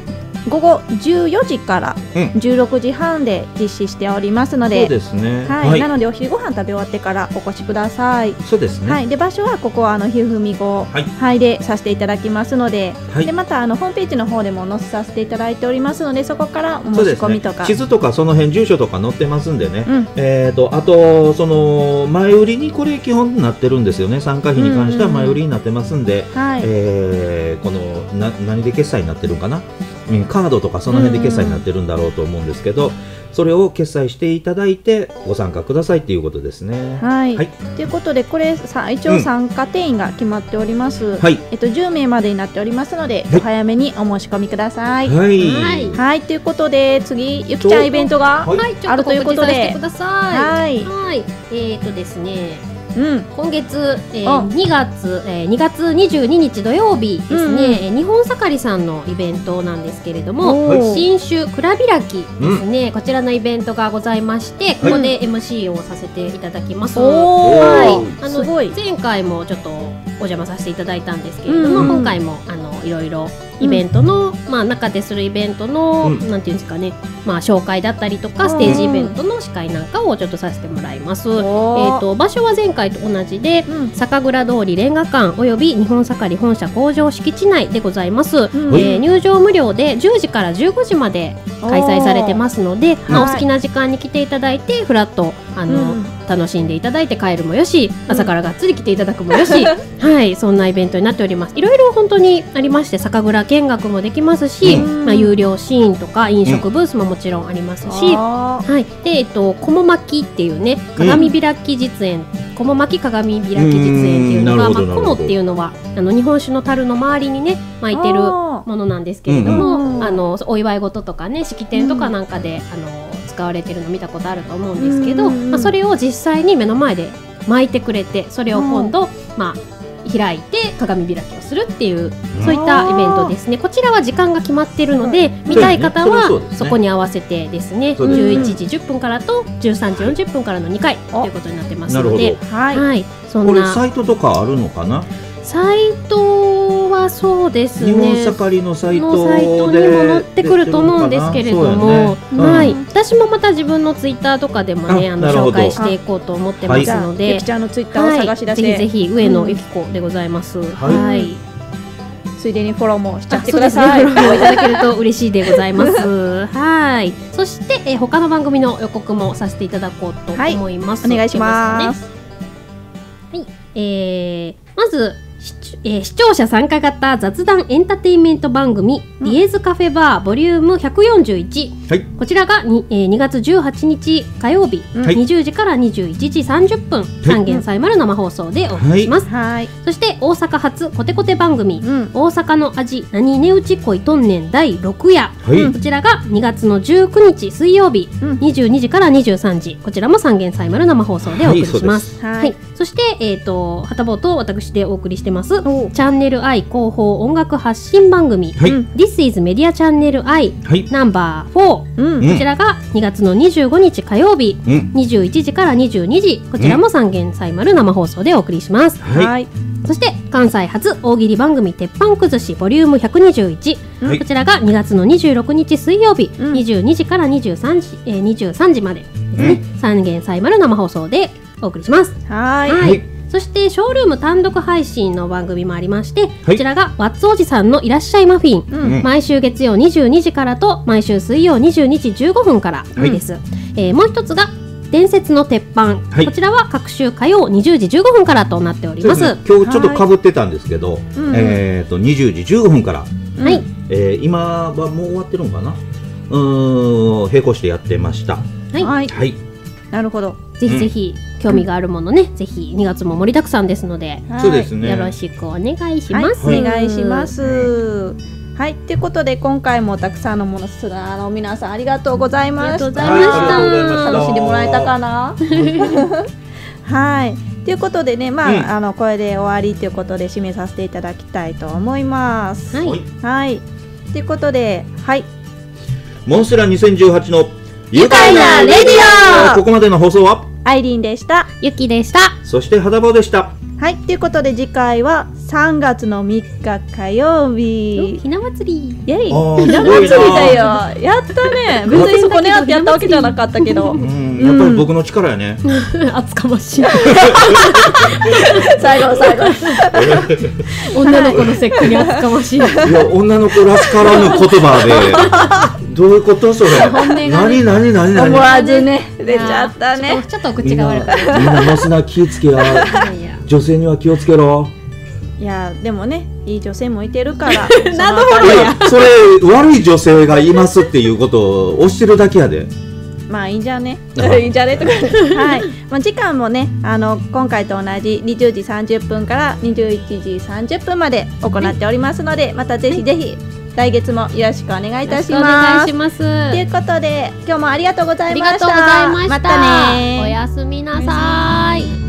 Speaker 3: 午後14時から
Speaker 5: うん
Speaker 3: 16時半で実施しておりますの
Speaker 5: そう
Speaker 3: で,、
Speaker 5: ですね。
Speaker 3: はいなのでお昼ご飯食べ終わってからお越しください、
Speaker 5: そうですね。
Speaker 3: はい、で場所はここはあのひふみご
Speaker 5: はい
Speaker 3: はいでさせていただきますので,、
Speaker 5: はい
Speaker 3: でまたあのホームページの方でも載せさせていただいておりますのでそこからお
Speaker 5: そ
Speaker 3: 申
Speaker 5: うで
Speaker 3: し
Speaker 5: す
Speaker 3: 込
Speaker 5: ね
Speaker 3: みとか。
Speaker 5: 地図とかその辺住所とか載ってますんでね、
Speaker 3: うん
Speaker 5: えー、とあとその前売りにこれ基本になってるんですよね参加費に関しては前売りになってますんで、
Speaker 3: はい、
Speaker 5: えーこのな何で決済になってるんかな、うん、カードとかその辺で決済になってるんだろうと思うんですけど、それを決済していただいてご参加くださいっていうことですね。
Speaker 3: はい、
Speaker 5: はい
Speaker 3: ということでこれさ一
Speaker 5: う
Speaker 3: 応
Speaker 5: ん
Speaker 3: 参加定員が決まっております、
Speaker 5: はい、
Speaker 3: えっと10名までになっておりますので、
Speaker 5: はい
Speaker 3: お早めにお申し込みください。はい、
Speaker 5: はい
Speaker 8: はい
Speaker 3: ということで次ゆきちゃんイベントが、
Speaker 5: はい
Speaker 8: はい、ちょっと
Speaker 3: あるというこ
Speaker 8: 告知
Speaker 3: と
Speaker 8: さ
Speaker 3: で
Speaker 8: せてくださ
Speaker 3: はい
Speaker 8: い。はい、えっ、ー、とですね、
Speaker 3: うん
Speaker 8: 今月、え
Speaker 3: あ
Speaker 8: ー、2月、えー、2月22日土曜日ですね、
Speaker 3: うんうん
Speaker 8: えー日本盛りさんのイベントなんですけれども、
Speaker 3: おー
Speaker 8: 新種くら開きですね、こちらのイベントがございまして、ここで MC をさせていただきます。
Speaker 3: おー
Speaker 8: あの
Speaker 3: すごい
Speaker 8: 前回もちょっとお邪魔させていただいたんですけれども、
Speaker 3: うんうん
Speaker 8: 今回もあのいろいろイベントの、まあ、中でするイベントの、
Speaker 5: うん
Speaker 8: なんていうんですかね、まあ、紹介だったりと
Speaker 3: うん
Speaker 8: かステージイベントの司会なんかをちょっとさせてもらいます。え
Speaker 3: お
Speaker 8: ー、
Speaker 3: ー
Speaker 8: と場所は前回と同じで
Speaker 3: うん
Speaker 8: 酒蔵通りレンガ館および日本盛り本社工場敷地内でございます、
Speaker 3: うん
Speaker 8: えー入場無料で10時から15時まで開催されてますので、まあ、お
Speaker 3: はい
Speaker 8: 好きな時間に来ていただいてフラッとあの、
Speaker 3: うん
Speaker 8: 楽しんでいただいて帰るもよし朝からがっつり来ていただくもよ し、はいそんなイベントになっておりますいろいろ本当にありまして酒蔵見学もできますし、
Speaker 3: うん
Speaker 8: まあ、有料シーンとか飲食ブースももちろんありますし、
Speaker 3: あ
Speaker 8: はい、で、えっと、こも巻きっていうね、鏡開き実演。こも巻き鏡開き実演っていうの
Speaker 5: う
Speaker 8: が、
Speaker 5: ーん
Speaker 8: ま
Speaker 5: なるほど
Speaker 8: あ、
Speaker 5: な
Speaker 8: こ
Speaker 5: るほ
Speaker 8: も
Speaker 5: ど
Speaker 8: っていうのは、あの日本酒の樽の周りにね、巻いてるも
Speaker 3: あ
Speaker 8: のなんですけれど
Speaker 3: うんうんうん
Speaker 8: も。あの、お祝い事とかね、式典とかなんかで、あの、使われてるの見たことあると思うんですけど、
Speaker 3: うんうんうん
Speaker 8: まあ、それを実際に目の前で巻いてくれて、それを今度、まあ。開いて鏡開きをするっていうそういったイベントですねこちらは時間が決まってるので見たい方
Speaker 5: そう
Speaker 8: は
Speaker 5: ですね
Speaker 8: そこに合わせてですね
Speaker 5: そうです
Speaker 3: ね
Speaker 8: 11時10分からと13時40分からの2回ということになってます
Speaker 5: なる
Speaker 8: の
Speaker 5: ほど
Speaker 8: で、
Speaker 3: ーはい、
Speaker 8: はい、そ
Speaker 5: こ
Speaker 8: ん
Speaker 5: れ
Speaker 8: な
Speaker 5: サイトとかあるのかな、
Speaker 8: サイトはそうです
Speaker 5: 日本
Speaker 8: ね。
Speaker 5: 盛りのサイ
Speaker 8: の
Speaker 5: ト
Speaker 8: サイトに
Speaker 5: で
Speaker 8: も載ってくると思うんですけれども、
Speaker 5: そうやね
Speaker 8: はい、
Speaker 5: うん
Speaker 8: 私もまた自分のツイッターとかでもね、
Speaker 5: あ
Speaker 8: あの
Speaker 5: なるほ
Speaker 8: 紹
Speaker 5: ど
Speaker 8: 介していこうと思ってますの
Speaker 3: ゆ
Speaker 8: で
Speaker 3: き、ちゃんのツイッターを
Speaker 8: は
Speaker 3: 探
Speaker 8: い、
Speaker 3: し出
Speaker 8: ぜ
Speaker 3: し
Speaker 8: ひ
Speaker 3: て、
Speaker 8: ぜひ上野由紀子でございます。
Speaker 5: はい
Speaker 8: はい
Speaker 3: ついでにフォローもしちゃ
Speaker 8: あ
Speaker 3: ってください。
Speaker 8: そうですねフォローをいただけると嬉しいでございます。 はい。そして、えー他の番組の予告もさせていただこうと
Speaker 3: はい
Speaker 8: 思います。
Speaker 3: お願いしま
Speaker 8: いけ
Speaker 3: す。
Speaker 8: すかね。えーまず、視聴えー視聴者参加型雑談エンターテインメント番組、
Speaker 3: うん
Speaker 8: リエズカフェバーボリューム141。
Speaker 5: はい
Speaker 8: こちらがに、えー2月18日火曜日、
Speaker 3: うん
Speaker 5: はい
Speaker 8: 20時から21時30分、三元祭丸生放送でお送りします。
Speaker 3: はい、
Speaker 8: そして、大阪発コテコテ番組、
Speaker 3: うん、
Speaker 8: 大阪の味何値打ち恋とんねん第6夜
Speaker 5: はい、
Speaker 8: こちらが2月の19日水曜日、
Speaker 3: うん
Speaker 8: 22時から23時こちらも三元祭丸生放送でお送りします。
Speaker 3: は
Speaker 8: はいい、、そして、えー、とはたぼうと私でお送りしてます
Speaker 3: お
Speaker 8: チャンネル I 広報音楽発信番組
Speaker 5: はい、
Speaker 3: うん
Speaker 8: This is メディアチャンネル I
Speaker 5: はい、
Speaker 8: ナンバー4
Speaker 3: うん、
Speaker 5: うん
Speaker 8: こちらが2月の25日火曜日
Speaker 5: うん、
Speaker 8: 21時から22時こちらも三元祭丸生放送でお送りします。
Speaker 5: はい、
Speaker 3: い、
Speaker 8: そして関西初大喜利番組「鉄板崩し」ボリューム121、
Speaker 5: はい
Speaker 8: こちらが2月の26日水曜日、
Speaker 3: うん
Speaker 8: 22時から23時,、えー、23時までですね、三元祭丸生放送でお送りします、
Speaker 3: は
Speaker 8: はい
Speaker 3: い、
Speaker 8: そしてショールーム単独配信の番組もありまして、こちらが「ワッツおじさんのいらっしゃいマフィン」
Speaker 3: うん、
Speaker 5: うん
Speaker 8: 毎週月曜22時からと毎週水曜22時15分からです、えーもう一つが伝説の鉄板、
Speaker 5: はい
Speaker 8: こちらは各週火曜20時15分からとなっており
Speaker 5: そう
Speaker 8: ま
Speaker 5: ですすね今日ちょっとかぶってたんですけど、
Speaker 3: うん
Speaker 5: えっ、と20時15分から、
Speaker 8: はい、
Speaker 5: えー今はもう終わってるのかなうーん並行してやってましたは
Speaker 8: はい
Speaker 3: はい、
Speaker 5: い
Speaker 3: なるほど。
Speaker 8: ぜひぜひ、興味があるものね、ぜひ2月も盛りだくさんですので、
Speaker 5: そうですね
Speaker 8: よろしくお願いし
Speaker 3: はい
Speaker 8: ます。
Speaker 3: お願いします。はい、ということで今回もたくさんのものすなの皆さんありがとうございました。
Speaker 8: ありがとうございました
Speaker 5: はいありがとうございま
Speaker 3: 楽
Speaker 5: した
Speaker 3: しんでもらえたかな。 はい。ということでね、まあ、
Speaker 5: うん
Speaker 3: あのこれで終わりということで締めさせていただきたいと思います。
Speaker 8: はい
Speaker 5: はい
Speaker 3: はい。ということで、はい。
Speaker 5: モンステラ2018の愉
Speaker 8: 快なレディオ
Speaker 5: ここまでの放送は
Speaker 3: アイリンでした。
Speaker 8: ゆきでした。
Speaker 5: そして肌棒でした
Speaker 3: はい。ということで次回は3月の3日火曜日。
Speaker 8: ひな祭り。
Speaker 3: イェイ
Speaker 5: あー
Speaker 3: ひな
Speaker 5: すごい
Speaker 3: 祭り
Speaker 5: な
Speaker 3: だよやったね 別にそこねあってやったわけじゃなかったけど
Speaker 5: うんやっぱり僕の力やね、
Speaker 8: 厚かましい。
Speaker 3: 最後最後
Speaker 8: 女の子の節句に厚かま しい。
Speaker 5: いや女の子らしからぬ言葉でどういうことそれ
Speaker 8: 本音がね
Speaker 5: 何何何何
Speaker 3: 思わずね出ちゃった
Speaker 8: ちょ
Speaker 3: ね
Speaker 8: っとちょっとお
Speaker 5: み
Speaker 8: 口
Speaker 5: ん
Speaker 8: が
Speaker 5: な
Speaker 8: 悪かっ
Speaker 5: みんなモスな気ぃつけや
Speaker 8: た。いやいや。
Speaker 5: 女性には気をつけろ
Speaker 3: いやでもねいい女性もいてるから
Speaker 8: な
Speaker 3: その
Speaker 5: い
Speaker 3: 辺りは
Speaker 5: やそれ悪い女性がいますっていうことを押してるだけやで
Speaker 3: まあいいんじゃね
Speaker 5: あ
Speaker 3: いいんじゃねとかはい、まあ、時間もねあの今回と同じ20時30分から21時30分まで行っておりますので、またぜひぜひ来月もよろしくお願いいたし
Speaker 8: よろくお願
Speaker 3: ま
Speaker 8: い
Speaker 3: す
Speaker 8: します。
Speaker 3: ということで今日もありがとうござ
Speaker 8: あ
Speaker 3: い
Speaker 8: り
Speaker 3: ま
Speaker 8: が
Speaker 3: した
Speaker 8: とうございました。
Speaker 3: またね
Speaker 8: おやすみなさい。